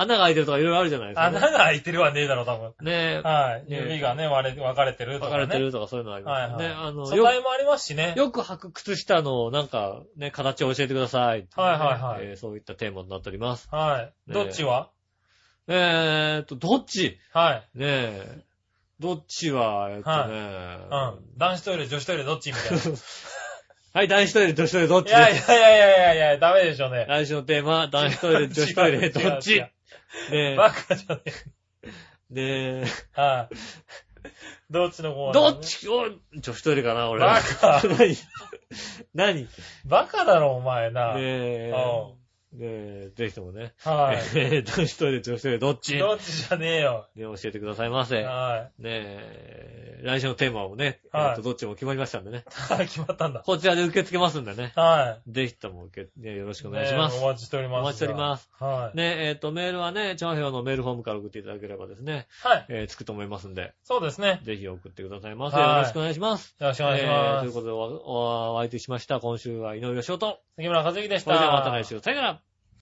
B: 穴が開いてるとかいろいろあるじゃないですか、
C: 穴
B: ね。
C: が開いてるはねえだろ、多分。
B: ねえ、
C: はい。
B: ね
C: 指がね、割れ、分かれてると
B: 分
C: か、
B: か
C: ね。
B: れてるとかそういうのあり
C: は
B: ますよ
C: いはい。
B: ね。あの、
C: 素
B: よく
C: 材もありますしね。
B: よく履く靴下の、なんか、ね、形を教えてください。
C: はいはいはい
B: えーそういったテーマになっております。
C: はい。
B: ね
C: どっちは
B: えーっと、どっち
C: はい。
B: ねえ。どっちは、えっとね、
C: うん。男子トイレ、女子トイレ、どっち みたいな。
B: はい、男子トイレ、女子トイレ、どっち
C: いやいやいやいやいやいや、ダメでしょうね。
B: 来週のテーマ、男子トイレ、女子トイ
C: 違う違
B: レ、
C: う
B: どっち
C: 違う
B: ね
C: バカじゃねえ。
B: え、で、
C: はい。どっちの方
B: どっちを、女子トイレかな、俺。
C: バカ
B: 何何ね
C: バカだろ、お前な。
B: え
C: う、
B: ねえ、ぜひともね、
C: んは
B: えー 男子トイレ、女子トイレ、どっち
C: い。
B: ね
C: どっちじゃねえよ。
B: 教えてくださいませ。ね
C: は
B: え、来週のテーマもね、え
C: はい
B: っとどっちも決まりましたんでね。
C: い。 決まったんだ。
B: こちらで受け付けますんでね。
C: は
B: ぜひとも受け、ねよろし
C: い。
B: くお願いします
C: ねえ。お待ちしております。
B: お待ちしております。
C: はい。
B: ねえ、っと、メールはね、チャンヘヨのメールフォームから送っていただければですね、
C: はい。
B: えーつくと思いますんで、
C: そうですね。
B: ぜひ送ってくださいませ。
C: はい
B: よろしくお願いします。
C: よろしくお願いしま
B: えーとい
C: す
B: う。ことでお、おお相手しました。今週は井上翔と、
C: 杉村和之でし
B: それ
C: た。
B: ではまた来週。さよなら。